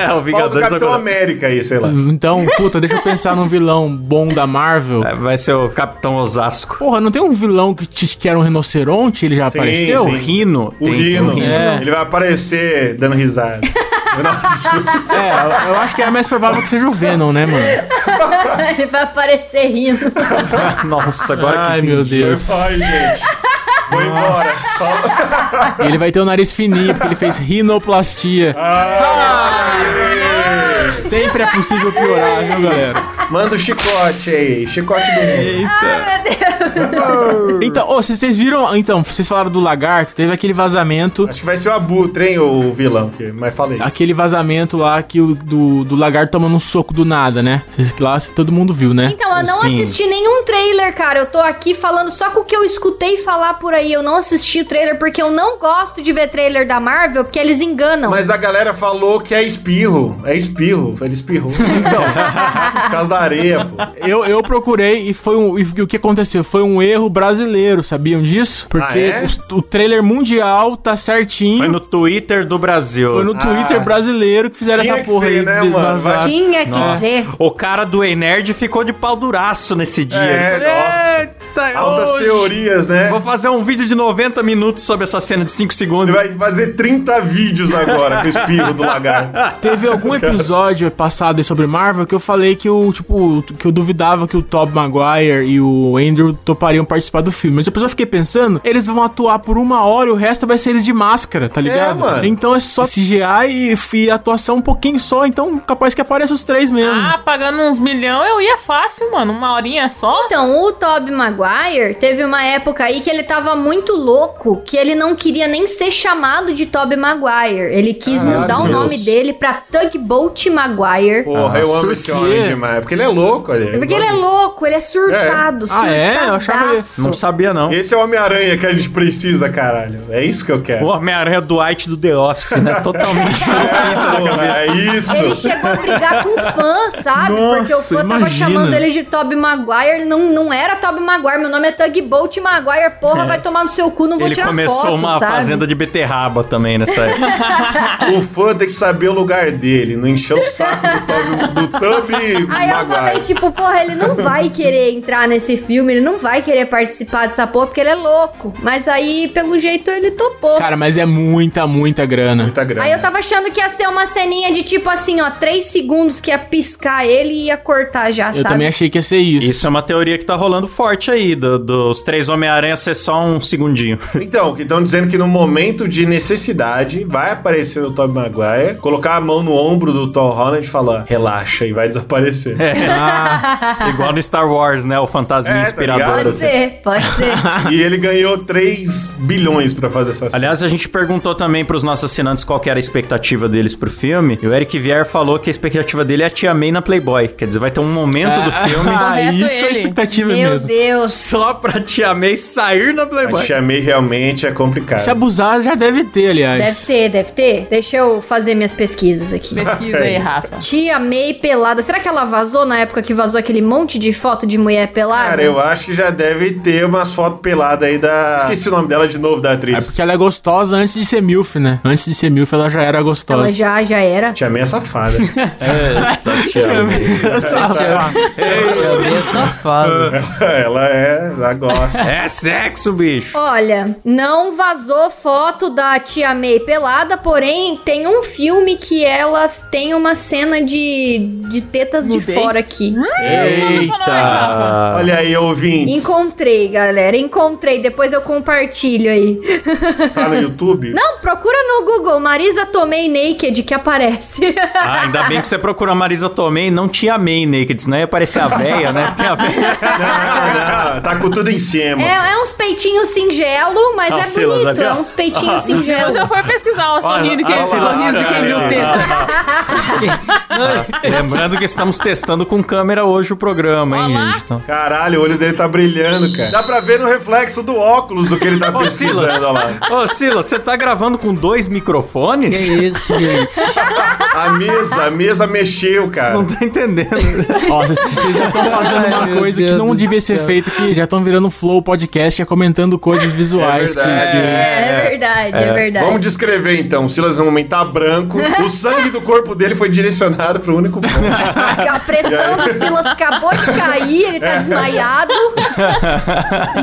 É, o Vingadores
Falta o
ao
Capitão
contrário.
América aí, sei lá.
Então, puta, deixa eu pensar num vilão bom da Marvel.
É, Vai ser o Capitão Osasco.
Porra, não tem um vilão que, te- que era um rinoceronte? Ele já
Sim,
apareceu?
O
sim.
Rino.
O um
tem-
Rino.
É.
Ele vai aparecer dando risada.
É, eu- eu acho que é mais provável que seja o Venom, né, mano?
ele vai aparecer rindo.
Nossa, agora que
Ai,
tem-
meu Deus.
Ai, gente. Vou embora. Fala-
E ele vai ter o nariz fininho, porque ele fez rinoplastia.
Ah!
Ai.
Sempre é possível piorar, viu, galera?
Manda o chicote aí. Chicote do mundo.
Então, ô, vocês vocês viram? Então, vocês falaram do lagarto, teve aquele vazamento.
Acho que vai ser o Abutre, hein, o vilão. que- Mas falei.
Ah,
Aquele vazamento lá que o do, do lagarto tomando um soco do nada, né? Vocês que lá todo mundo viu, né?
Então, eu não
Sim.
assisti nenhum trailer, cara. Eu tô aqui falando só com o que eu escutei falar por aí. Eu não assisti o trailer porque eu não gosto de ver trailer da Marvel, porque eles enganam.
Mas a galera falou que é espirro. É espirro. Ele espirrou. Então. Por causa da areia, pô.
Eu, eu procurei e foi um, e o que aconteceu? Foi um erro brasileiro, sabiam disso? Porque
Ah, é?
os- o, trailer mundial tá certinho.
Foi no Twitter do Brasil.
Foi no Twitter brasileiro que fizeram
Ah. Tinha
essa
que
porra
ser,
aí.
né,
de-
mano?
ah,
vazar.
Vai-
Tinha que ser.
O cara do Enerd ficou de pau duraço nesse dia.
É,
Ele
nossa.
Eita,
Altas
hoje
teorias, né?
Vou fazer um vídeo de 90 minutos sobre essa cena de 5
Ele
segundos.
vai fazer 30 vídeos agora com o espirro do lagarto.
Teve algum episódio passado aí sobre Marvel que eu falei que eu, tipo, que eu duvidava que o Tobey Maguire e o Andrew topariam participar do filme. Mas depois eu fiquei pensando, eles vão atuar por uma hora e o resto vai ser eles de máscara, tá ligado?
mano.
Então é só CGI e, e atuação um pouquinho só, então capaz que apareça os três mesmo.
Ah, pagando uns milhão, eu ia fácil, mano. Uma horinha só.
Então, o Tobey Maguire teve uma época aí que ele tava muito louco, que ele não queria nem ser chamado de Tobey Maguire. Ele quis mudar
Ah,
o
Deus.
nome dele pra Tugboat Maguire.
Porra, eu amo esse
Por quê?
homem demais. Porque ele é louco, olha.
Porque ele é louco, ele é surtado,
Ah, é? Eu achava ele-
surtadaço.
Não sabia, não.
Esse é o Homem-Aranha que a gente precisa, caralho. É isso que eu
O
quero.
Homem-Aranha Dwight do The Office, né? Totalmente chupita na
Porra,
cabeça.
é isso.
Ele chegou a brigar com o fã, sabe?
Nossa,
Porque o fã tava
imagina.
chamando ele de Toby Maguire. Ele não, não era Toby Maguire, meu nome é Tugboat Maguire. Porra, vai tomar no seu cu, não vou
É. Ele
tirar
começou
foto,
uma
sabe?
fazenda de beterraba também nessa época.
O fã tem que saber o lugar dele, não encher o saco do Tub, do tub
Aí eu falei,
Maguire.
tipo, porra, ele não vai querer entrar nesse filme, ele não vai querer participar dessa porra, porque ele é louco. Mas aí, pelo jeito, ele topou.
Cara, mas é muita, muita grana.
Muita grana.
Aí eu tava achando que ia ser uma ceninha de tipo assim, ó, três segundos que ia piscar ele e ia cortar já,
Eu
sabe?
também achei que ia ser isso.
Isso é uma teoria que tá rolando forte aí. aí do- dos três Homem-Aranha ser só um segundinho.
Então, que estão dizendo que no momento de necessidade vai aparecer o Tobey Maguire, colocar a mão no ombro do Tom Holland e falar, relaxa, e vai desaparecer.
É. Igual no Star Wars, né? O fantasminha
É, tá
inspirador.
ligado?
assim.
Pode ser, pode ser.
É
E ele ganhou 3 bilhões pra fazer essa cena.
Aliás, a gente perguntou também pros nossos assinantes qual que era a expectativa deles pro filme. E o Eric Vier falou que a expectativa dele é a Tia May na Playboy. Quer dizer, vai ter um momento do filme
Ah,
Correto
isso é
ele.
expectativa
Meu
mesmo.
Deus.
só pra Tia May sair na
a
Playboy.
Tia May realmente é complicado.
Se abusar, já deve ter,
É
aliás.
Deve ter, deve ter. Deixa eu fazer minhas pesquisas aqui.
Pesquisa aí, Rafa.
Tia May pelada. Será que ela vazou na época que vazou aquele monte de foto de mulher pelada?
Cara, eu acho que já deve ter umas fotos peladas aí da... Esqueci o nome dela de novo, da atriz.
É porque ela é gostosa antes de ser MILF, né? Antes de ser MILF, ela já era gostosa.
Ela já, já era.
Tia May é safada.
Chamei safado.
ela é... Ela gosta.
É sexo, bicho.
Olha, não vazou foto da Tia May pelada, porém tem um filme que ela tem uma cena de, de tetas de
Nudez?
fora aqui.
Hum?
É.
Manda pra nós, Rafa.
Eita.
Olha aí, ouvintes.
Encontrei, galera, encontrei. Depois eu compartilho aí.
Tá no YouTube?
Não, procura no Google Marisa Tomei Naked que aparece.
Ah, ainda bem que você procurou a Marisa Tomei e não Tia May Naked, senão ia aparecer a véia, né? Tem
Tá
a véia.
Não, não, tá com tudo em cima.
É, é uns peitinhos singelo, mas
Ah,
é
Silas,
bonito.
ali, ó.
É uns peitinhos
Eu
singelo.
já fui pesquisar o sorriso de quem,
olha
o
lá,
sorriso de quem viu o
cara.
texto.
Lembrando que estamos testando com câmera hoje o programa, hein,
Olá.
gente? Então...
Caralho, o olho dele tá brilhando, cara. Dá pra ver no reflexo do óculos o que ele tá
Ô, Silas.
né,
pesquisando olha lá.
Ô, Silas, você tá gravando com dois
Que
microfones?
isso, gente.
A mesa, a mesa mexeu, cara.
Não tô entendendo.
Nossa, vocês- vocês já estão fazendo
Ai,
uma
meu
coisa que
Deus
não
do
devia ser
céu.
feita, que vocês já estão virando flow podcast, que é comentando coisas visuais. que-
verdade.
que-
É, é verdade, é, verdade.
Vamos descrever então. O Silas no momento tá branco. O sangue do corpo dele foi direcionado pro único ponto.
A pressão do Silas acabou de cair, ele tá desmaiado.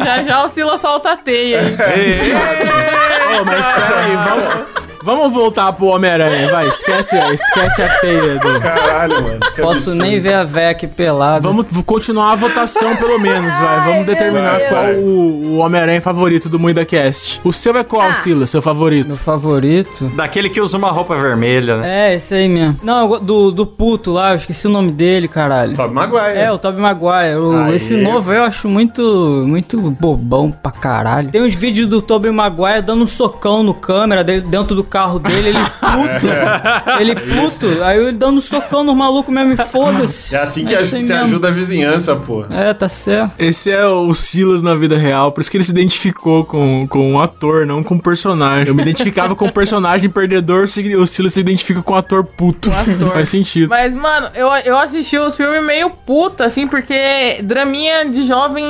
Já já o Sila solta a teia. aí.
Ô, mas peraí, vamos, vamos voltar pro Homem-Aranha, vai. Esquece, esquece a teia. Do...
Caralho, mano. que
Posso
absurdo.
nem ver a véia aqui pelada.
Vamos continuar a votação, pelo menos, vai. Vamos determinar
Deus.
qual o, o Homem-Aranha favorito do Muida Cast. O seu é qual,
Ah.
Silas, seu favorito?
Meu favorito.
Daquele que usa uma roupa vermelha, né?
É, esse aí mesmo. Não, eu go- do, do puto lá, eu esqueci o nome dele, caralho.
Tobey Maguire.
É, o Tobey Maguire. O-
Aí. é.
esse novo eu acho muito muito bobão pra caralho. Tem uns vídeos do Tobey Maguire dando um socão no câmera dele- dentro do carro dele, ele puto. ele puto, aí ele dando um socão no maluco mesmo e foda-se.
É assim que
É
a
isso aí
gente se
mesmo.
ajuda a vizinhança, pô.
É, tá certo.
Esse é o Silas na vida real, por isso que ele se identificou com, com um ator, não com um personagem. Eu me identificava com um personagem perdedor, se- o Silas se identifica com um ator puto. Não faz sentido.
Mas, mano, eu, eu assisti os filmes meio puta, assim, porque draminha de jovem.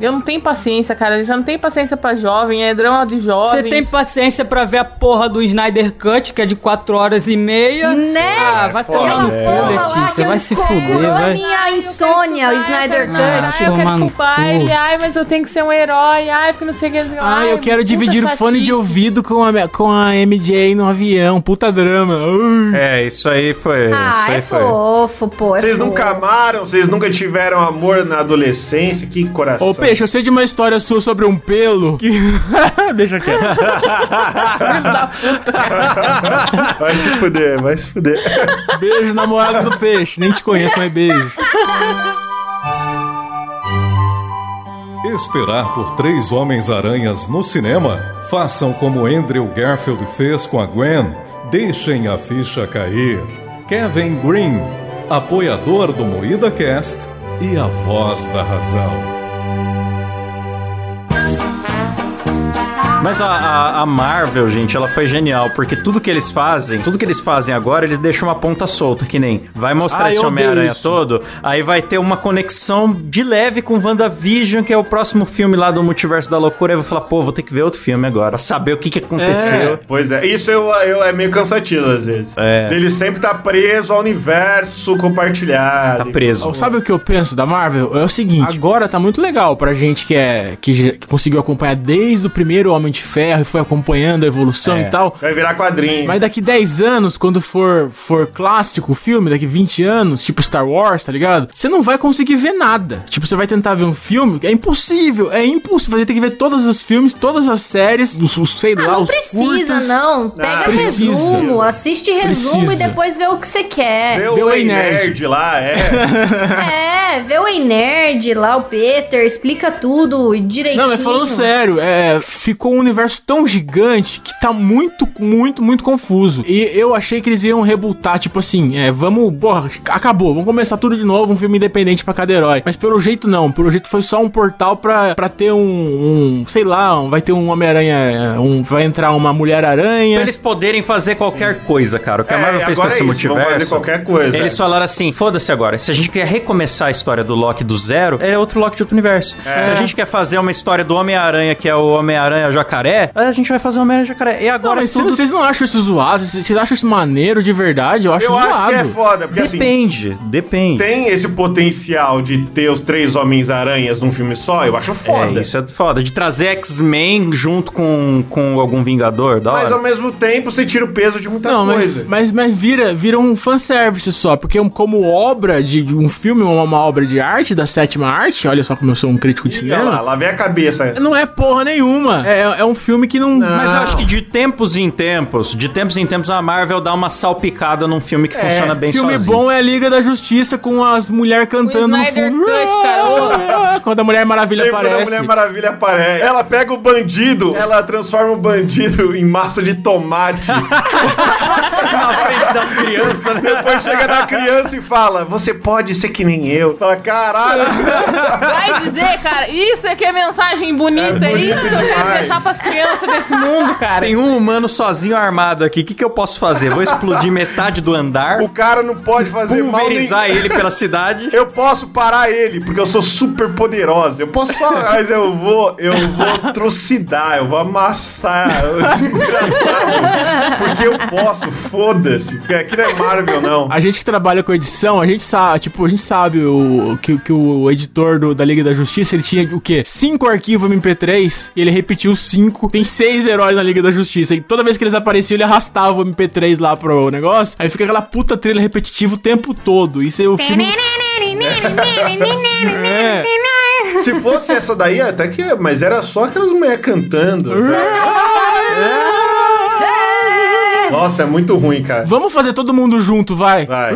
Eu não tenho paciência, cara. Eu já não tenho paciência pra jovem, é drama de jovem.
Você tem paciência pra ver a porra do Snyder Cut, que é de 4 horas e meia?
Né?
Ah, vai tomar
Aquela
no
porra
cu,
lá que
Letícia.
eu
Vai se
descobri,
fuder,
a
vai.
minha
Ai, eu
insônia, o
quero estudar,
Snyder
Ah,
cara.
Cut.
Ai, eu
Tomar
quero
no
culpar
cu.
ele. Ai, mas eu tenho que ser um herói. Ai, porque não sei o que. não sei o que.
Ah, eu
Ai,
quero
puta
dividir o fone de
chatice.
ouvido com a, minha- com a MJ no avião. Puta drama. Ui.
É, isso aí foi.
Ah,
isso aí
é fofo, pô. é
Vocês
fofo.
nunca amaram, vocês nunca tiveram amor na adolescência. Que coração.
Ô, Peixe, eu sei de uma história sua sobre um pelo. Que... Deixa quieto.
Vai se fuder, vai se fuder.
Beijo, namorado do Peixe. Nem te conheço, mas beijo.
Esperar por três Homens-Aranhas no cinema? Façam como Andrew Garfield fez com a Gwen. Deixem a ficha cair. Kevin Green, apoiador do Moída Cast e a voz da razão.
Mas a, a- a Marvel, gente, ela foi genial, porque tudo que eles fazem, tudo que eles fazem agora, eles deixam uma ponta solta, que nem vai mostrar
Ah,
esse
eu odeio
Homem-Aranha
isso.
todo, aí vai ter uma conexão de leve com WandaVision, que é o próximo filme lá do Multiverso da Loucura, aí eu vou falar, pô, vou ter que ver outro filme agora, pra saber o que, que aconteceu.
Pois é, isso eu, eu- é meio cansativo às vezes.
É.
Ele sempre tá preso ao universo compartilhado.
Tá preso.
Ó, Sabe o que eu penso da Marvel? É o seguinte, agora tá muito legal pra gente que é que, já- que conseguiu acompanhar desde o primeiro Homem de de Ferro e foi acompanhando a evolução
É.
e tal.
Vai virar quadrinho.
Mas daqui 10 anos, quando for, for clássico o filme, daqui 20 anos, tipo Star Wars, tá ligado? Você não vai conseguir ver nada. Tipo, você vai tentar ver um filme, é impossível, é impossível. Você tem que ver todos os filmes, todas as séries, os, os- sei
Ah,
lá,
não
os
precisa,
curtas.
não. Pega
precisa.
resumo, assiste resumo
Precisa.
e depois vê o que você quer.
Vê o
Vê o
Ei
Nerd.
Nerd lá, é.
É, vê o Ei Nerd lá, o Peter, explica tudo direitinho.
Não, mas falando sério, é, ficou um universo tão gigante que tá muito, muito, muito confuso. E eu achei que eles iam rebutar, tipo assim, é, vamos, porra, acabou, vamos começar tudo de novo, um filme independente pra cada herói. Mas pelo jeito não, pelo jeito foi só um portal pra, pra ter um, um, sei lá, um- vai ter um Homem-Aranha, é, um, vai entrar uma
Pra
Mulher-Aranha.
eles poderem fazer qualquer coisa, cara. O que a
É,
Marvel um fez com
agora
esse
é isso, vão
multiverso.
fazer qualquer coisa.
Eles falaram assim: foda-se agora. Se a gente quer recomeçar a história do Loki do zero, é outro Loki de outro universo.
É.
Se a gente quer fazer uma história do Homem-Aranha, que é o Homem-Aranha Jacaré, a gente vai fazer o Homem-Aranha Jacaré. E
Não,
agora
mas
tudo.
vocês não acham isso zoado? Vocês vocês acham isso maneiro de verdade? Eu acho
Eu
zoado.
acho que é foda, porque assim,
Depende, depende.
tem esse potencial de ter os três Homens-Aranhas num filme só, eu acho foda.
É, isso é foda. De trazer X-Men junto com, com algum Vingador, da hora.
Mas ao mesmo tempo você tira o peso de muita
Não, mas,
coisa.
mas, mas vira, vira um fanservice só, porque um- como obra de, de um filme, uma, uma obra de arte, da sétima arte, olha só como eu sou um crítico de
Ih, olha lá,
cinema,
lá vem a cabeça.
não é porra nenhuma. É, é um filme que não...
Mas eu acho que de tempos em tempos, de tempos em tempos, a Marvel dá uma salpicada num filme que funciona bem
filme
sozinho.
bom é a Liga da Justiça com as mulheres cantando no
Snyder
fundo.
Cut, cara.
Ah, Quando a Mulher Maravilha
Sempre quando a
aparece.
Mulher Maravilha aparece. Ela pega o bandido, ela transforma o bandido em massa de tomate.
na frente das crianças, né?
Depois chega na criança e fala: Você pode ser que nem eu. Fala, caralho.
Vai dizer, cara, isso é que é mensagem bonita, é,
É bonito
isso que eu quero
demais.
deixar pras crianças desse mundo, cara.
Tem um humano sozinho armado aqui. O que, que eu posso fazer? Vou explodir metade do andar,
O cara não pode fazer mal nem...
pulverizar ele pela cidade.
Eu posso parar ele, porque eu sou super poderosa. Eu posso só. Mas eu vou. Eu vou trucidar, eu vou amassar. Eu vou desgraçar, porque eu posso, foda-se. Porque aqui não é Marvel, não.
A gente que trabalha com edição, a gente sabe, tipo, a gente sabe o, que, que o editor do- da Liga da Justiça, ele tinha o quê? Cinco arquivos MP3 e ele repetiu os cinco. Tem seis heróis na Liga da Justiça. E toda vez que eles apareciam, ele arrastava o MP3 lá pro negócio. Aí fica aquela puta trilha repetitiva o tempo todo. Isso aí o filme. É.
Se fosse essa daí, até que. é, Mas era só aquelas mulheres cantando. né? Nossa, é muito ruim, cara.
Vamos fazer todo mundo junto, vai.
Vai.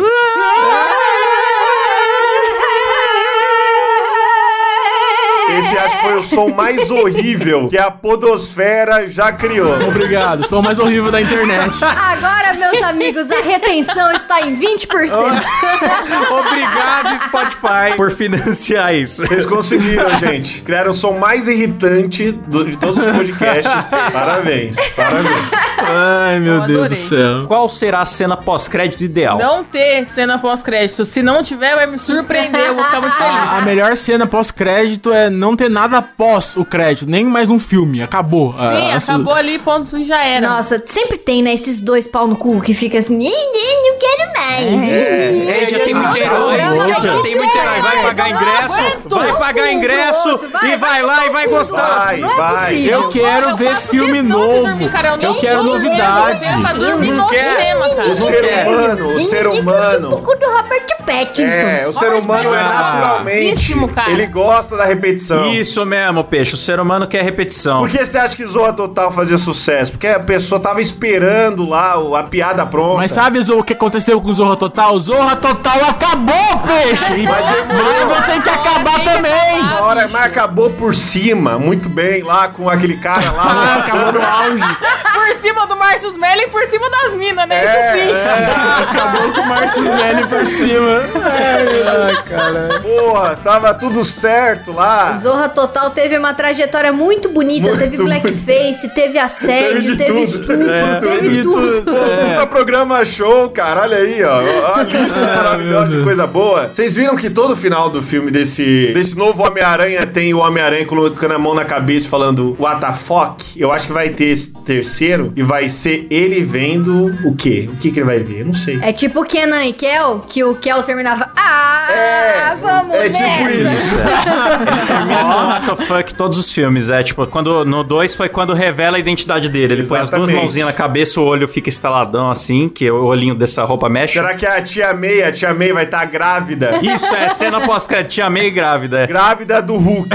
Esse acho que foi o som mais horrível que a Podosfera já criou.
Obrigado, sou é o mais horrível da internet.
Agora, meus amigos, a retenção está em 20%.
Obrigado, Spotify, por financiar isso.
Vocês conseguiram, gente. Criaram o som mais irritante do- de todos os podcasts. Parabéns, parabéns.
Ai, meu
Eu
Deus do
adorei.
céu.
Qual será a cena pós-crédito ideal?
Não ter cena pós-crédito. Se não tiver, vai me surpreender, eu vou ficar muito feliz.
A melhor cena pós-crédito é não ter nada após o crédito, nem mais um filme. Acabou.
Sim,
Ah, essa-
acabou ali, ponto, e já era.
É, Nossa, sempre tem, né, esses dois pau no cu que fica assim, ninguém, não quero mais.
É, já tem muito
Ah,
herói,
não,
já
não,
tem
não,
muito
não,
herói. Vai
não,
pagar
não,
ingresso,
aguento.
vai
Não,
pagar
não,
ingresso
outro,
e
vai,
vai
vai,
lá e vai gostar.
Vai,
é
vai.
possível.
Eu quero ver
faço
filme
questão de
novo.
dormir, cara,
Eu
não
quero
durmo no
novidade.
cinema,
Eu
durmo
não
no
quero.
cinema, cara.
O ser
quer.
humano, o ser humano.
cu do Robert Pattinson.
É, o ser
Robert
humano é
Pattinson.
naturalmente.
Raríssimo, cara.
Ele gosta da repetição.
Isso mesmo, peixe. O ser humano quer repetição.
Por que você acha que Zorra Total fazia sucesso? Porque a pessoa tava esperando lá o- a piada pronta.
Mas sabe Zo, o que aconteceu com o Zorra Total? Zorra Total acabou, peixe! E Marvel tem que acabar
Tem que
também!
acabar.
Na hora, mas acabou por cima, muito bem, lá com aquele cara lá. Ah, acabou no auge.
Por cima do Marcius Melly e por cima das minas, né?
É,
Isso sim.
Acabou com o Marcius
um
Melli por cima.
Porra, tava tudo certo lá.
Zorra Total teve uma trajetória muito bonita,
Muito,
teve blackface, teve assédio,
Teve de
teve
tudo.
estupro,
É,
teve
de
tudo.
tudo.
É.
Pô, puta programa show, cara. Olha aí, ó. Ó A lista maravilhosa de coisa boa. Vocês viram que todo final do filme desse, desse novo Homem-Aranha tem o Homem-Aranha colocando a mão na cabeça e falando What the fuck? Eu acho que vai ter esse terceiro e vai ser ele vendo o quê? O que, que ele vai ver? Eu não sei.
É tipo Kenan e Kel, que o Kel terminava. Ah, vamos
é
nessa.
tipo isso.
Termina no What the fuck todos os filmes, é tipo, quando no 2 foi quando revela a identidade dele. Ele põe as duas
Exatamente.
mãozinhas na cabeça, o olho fica estaladão assim, que o olhinho dessa roupa mexe.
Será que é a tia May, a tia May vai estar grávida?
Isso é cena pós-crédito, tia May grávida. é.
grávida do Hulk.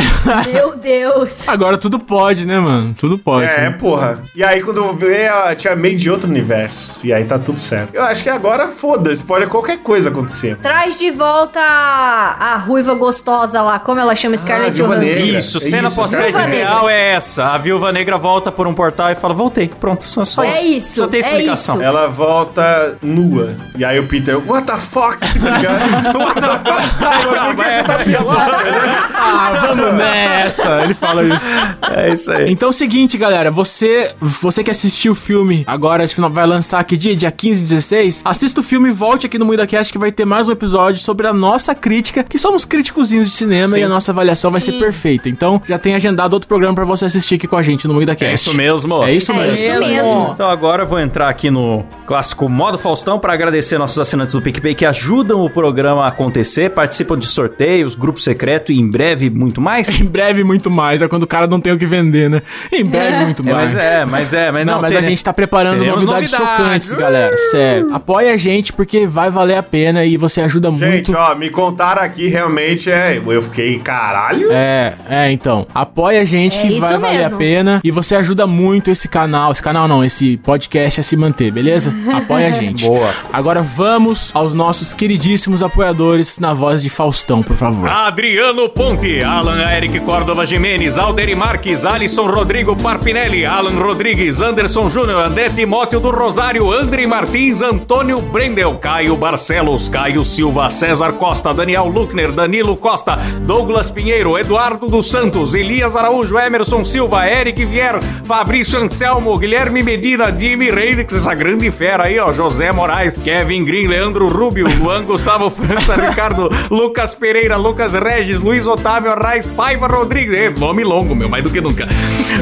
Meu Deus.
Agora tudo pode, né, mano? Tudo pode.
É,
né?
porra. E aí, quando vê, a tia May de outro universo. E aí tá tudo certo. Eu acho que agora, foda-se, pode qualquer coisa acontecer.
Traz de volta a, a ruiva gostosa lá, como ela chama Scarlett
Viúva
Johansson.
Negra.
Isso,
É
cena
isso,
pós-crédito
Viúva Negra.
ideal é essa. A viúva negra volta por um portal e fala: Voltei, pronto, só, só
É isso,
Só tem
é
explicação.
isso.
Ela volta nua. E aí o Peter, what the fuck? Tá ligado? what the fuck? Mas por que você
é
tá pelada, né?
Ah, vamos nessa! Ele fala isso.
É isso aí.
Então é o seguinte, galera, você você que assistiu o filme, agora esse final vai lançar aqui dia, dia 15, 16, assista o filme e volte aqui no Muida Cast que vai ter mais um episódio sobre a nossa crítica, que somos críticozinhos de cinema
Sim.
e a nossa avaliação vai ser perfeita. Então já tem agendado outro programa pra você assistir aqui com a gente no Muida
É
Cast.
isso mesmo.
É isso
É
mesmo.
isso mesmo.
Então agora eu vou entrar aqui no clássico modo Faustão para agradecer nossos assinantes do PicPay que ajudam o programa a acontecer, participam de sorteios, grupo secreto e em breve muito mais. É,
Em breve muito mais, é quando o cara não tem o que vender, né? Em breve muito
É,
mais.
mas é, mas é, mas
Não,
não,
mas
tem-
a gente tá preparando
teremos
novidades,
novidades.
chocantes, galera. Sério. Apoia a gente porque vai valer a pena e você ajuda
Gente,
muito
ó, me contaram aqui, realmente, é... Eu fiquei, caralho?
É, é, então. Apoia a gente
É
que
isso
vai valer
mesmo.
a pena. E você ajuda muito esse canal, esse canal não, esse podcast a se manter, beleza? Apoia a gente.
Boa.
Agora vamos aos nossos queridíssimos apoiadores na voz de Faustão, por favor.
Ah,
Adriano Ponte, Alan Eric Córdova Jimenez, Alderi Marques, Alisson Rodrigo Parpinelli, Alan Rodrigues, Anderson Júnior, André Timóteo do Rosário, André Martins, Antônio Brendel, Caio Barcelos, Caio Silva, César Costa, Daniel Luckner, Danilo Costa, Douglas Pinheiro, Eduardo dos Santos, Elias Araújo, Emerson Silva, Eric Vier, Fabrício Anselmo, Guilherme Medina, Jimmy Reis, essa grande fera aí, ó, José Moraes, Kevin Green, Leandro Rubio, Luan Gustavo França, Ricardo, Lucas Pereira, Lucas Regis, Luiz Otávio Arraes, Paiva Rodrigues, é, nome longo, meu, mais do que nunca.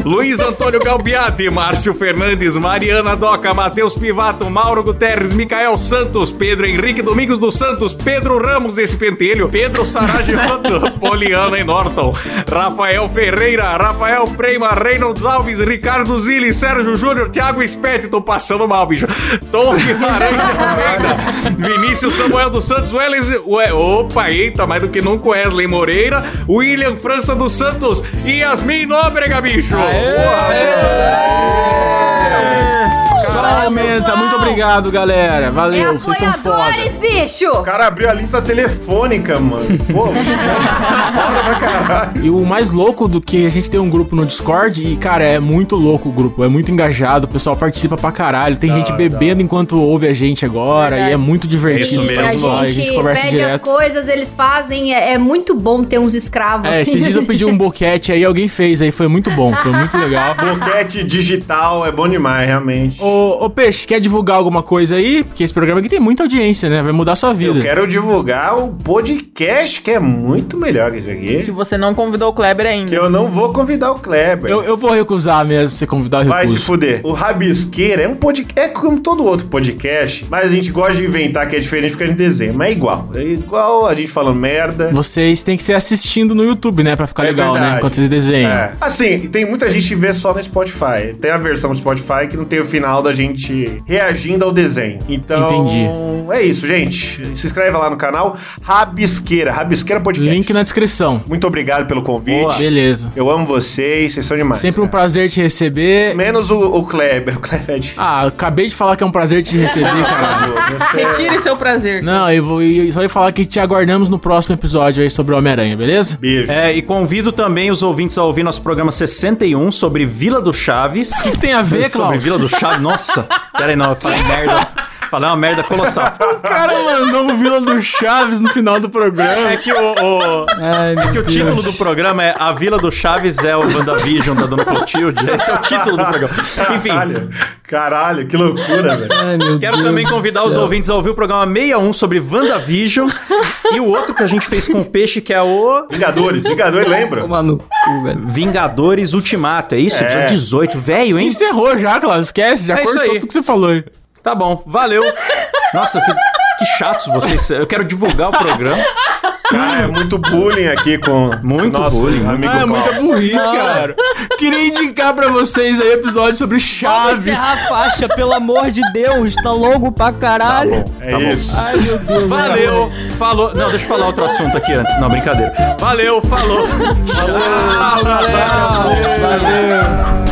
Luiz Antônio Galbiati, Márcio Fernandes, Mariana Doca, Matheus Pivato, Mauro Guterres, Micael Santos, Pedro Henrique Domingos dos Santos, Pedro Ramos, esse pentelho, Pedro Saragioto, Poliana e Norton, Rafael Ferreira, Rafael Prema, Reynolds Alves, Ricardo Zilli, Sérgio Júnior, Thiago Espete, tô passando mal, bicho. Tom Guimarães de Almeida, Vinícius Samuel dos Santos, Wesley, Ué, opa, eita, mais do que nunca, Wesley Moreira, William França dos Santos e Yasmin Nóbrega, bicho.
Só aumenta, muito obrigado, galera.
É
Valeu, vocês são foda.
apoiadores, bicho.
O cara abriu a lista telefônica, mano. Pô, você
E o mais louco do que a gente tem um grupo no Discord e, cara, é muito louco o grupo, é muito engajado, o pessoal participa pra caralho. Tem gente bebendo enquanto ouve a gente agora e é muito divertido.
Isso
E
mesmo,
a
ó,
Aí
gente, pede as coisas, eles fazem. É, é muito bom ter uns escravos
É,
assim.
esses dias eu pedi um boquete aí, alguém fez aí, foi muito bom, foi muito legal.
boquete digital é bom demais, realmente.
Ô, ô, Peixe, quer divulgar alguma coisa aí? Porque esse programa aqui tem muita audiência, né? Vai mudar sua vida.
Eu quero divulgar o podcast, que é muito melhor que esse
Que
aqui.
você não convidou o Kleber ainda.
Que eu não vou convidar o Kleber.
Eu, eu vou recusar mesmo você convidar o
Vai se
recurso.
fuder. O Rabisqueira é um podcast. É como todo outro podcast, mas a gente gosta de inventar que é diferente porque a gente desenha. Mas é igual. É igual a gente falando merda.
Vocês têm que ser assistindo no YouTube, né? Pra ficar
É
legal, né?
verdade.
Enquanto vocês desenham.
É. Assim, tem muita gente que vê só no Spotify. Tem a versão do Spotify que não tem o final da gente reagindo ao desenho. Então.
Entendi.
É isso, gente. Se inscreve lá no canal Rabisqueira. Rabisqueira Podcast.
Link na descrição.
Muito obrigado pelo convite.
Beleza.
Eu amo vocês, vocês são demais.
Sempre um
cara.
prazer te receber.
Menos o, o Kleber. O Kleber é difícil.
Ah, acabei de falar que é um prazer te receber, cara.
Você...
Retire seu prazer.
Não, eu vou eu só ia falar que te aguardamos no próximo episódio aí sobre o Homem-Aranha, beleza?
Beijo.
É, e convido também os ouvintes a ouvir nosso programa 61 sobre Vila do Chaves.
O que tem a ver,
Sobre
Cláudio?
Vila do Chaves? Nossa, peraí, não, eu falei merda. Falei uma merda colossal.
O cara mandou o Vila do Chaves no final do programa.
É que o, o-
Ai,
é
meu
que o
Deus.
título do programa é A Vila do Chaves é o WandaVision da Dona Clotilde. Esse é o título do programa. Enfim,
Caralho, caralho, que loucura, velho.
Ai, meu
Quero
Deus
também
do
convidar
céu.
os ouvintes a ouvir o programa 61 sobre WandaVision e o outro que a gente fez com o peixe, que é o
Vingadores, Vingadores, lembra?
Toma no cu, velho.
Vingadores Ultimato. É isso?
É.
Episódio 18. Velho, hein?
Encerrou já, Cláudio. Esquece, já
É isso
cortou
aí.
tudo que você falou aí.
Tá bom. Valeu. Nossa, que, que chatos vocês. Eu quero divulgar o programa.
Cara, é muito bullying aqui com
Muito
com o nosso
bullying,
Amigo
Ah,
Klaus.
muita burrice, cara. Queria indicar pra vocês aí episódio sobre
Vamos
Chaves.
encerrar a faixa, pelo amor de Deus. Tá longo pra caralho.
É isso.
Ai, meu Deus.
Valeu. Falou. Não, deixa eu falar outro assunto aqui antes. Não, brincadeira. Valeu. Falou. Tchau.
Valeu.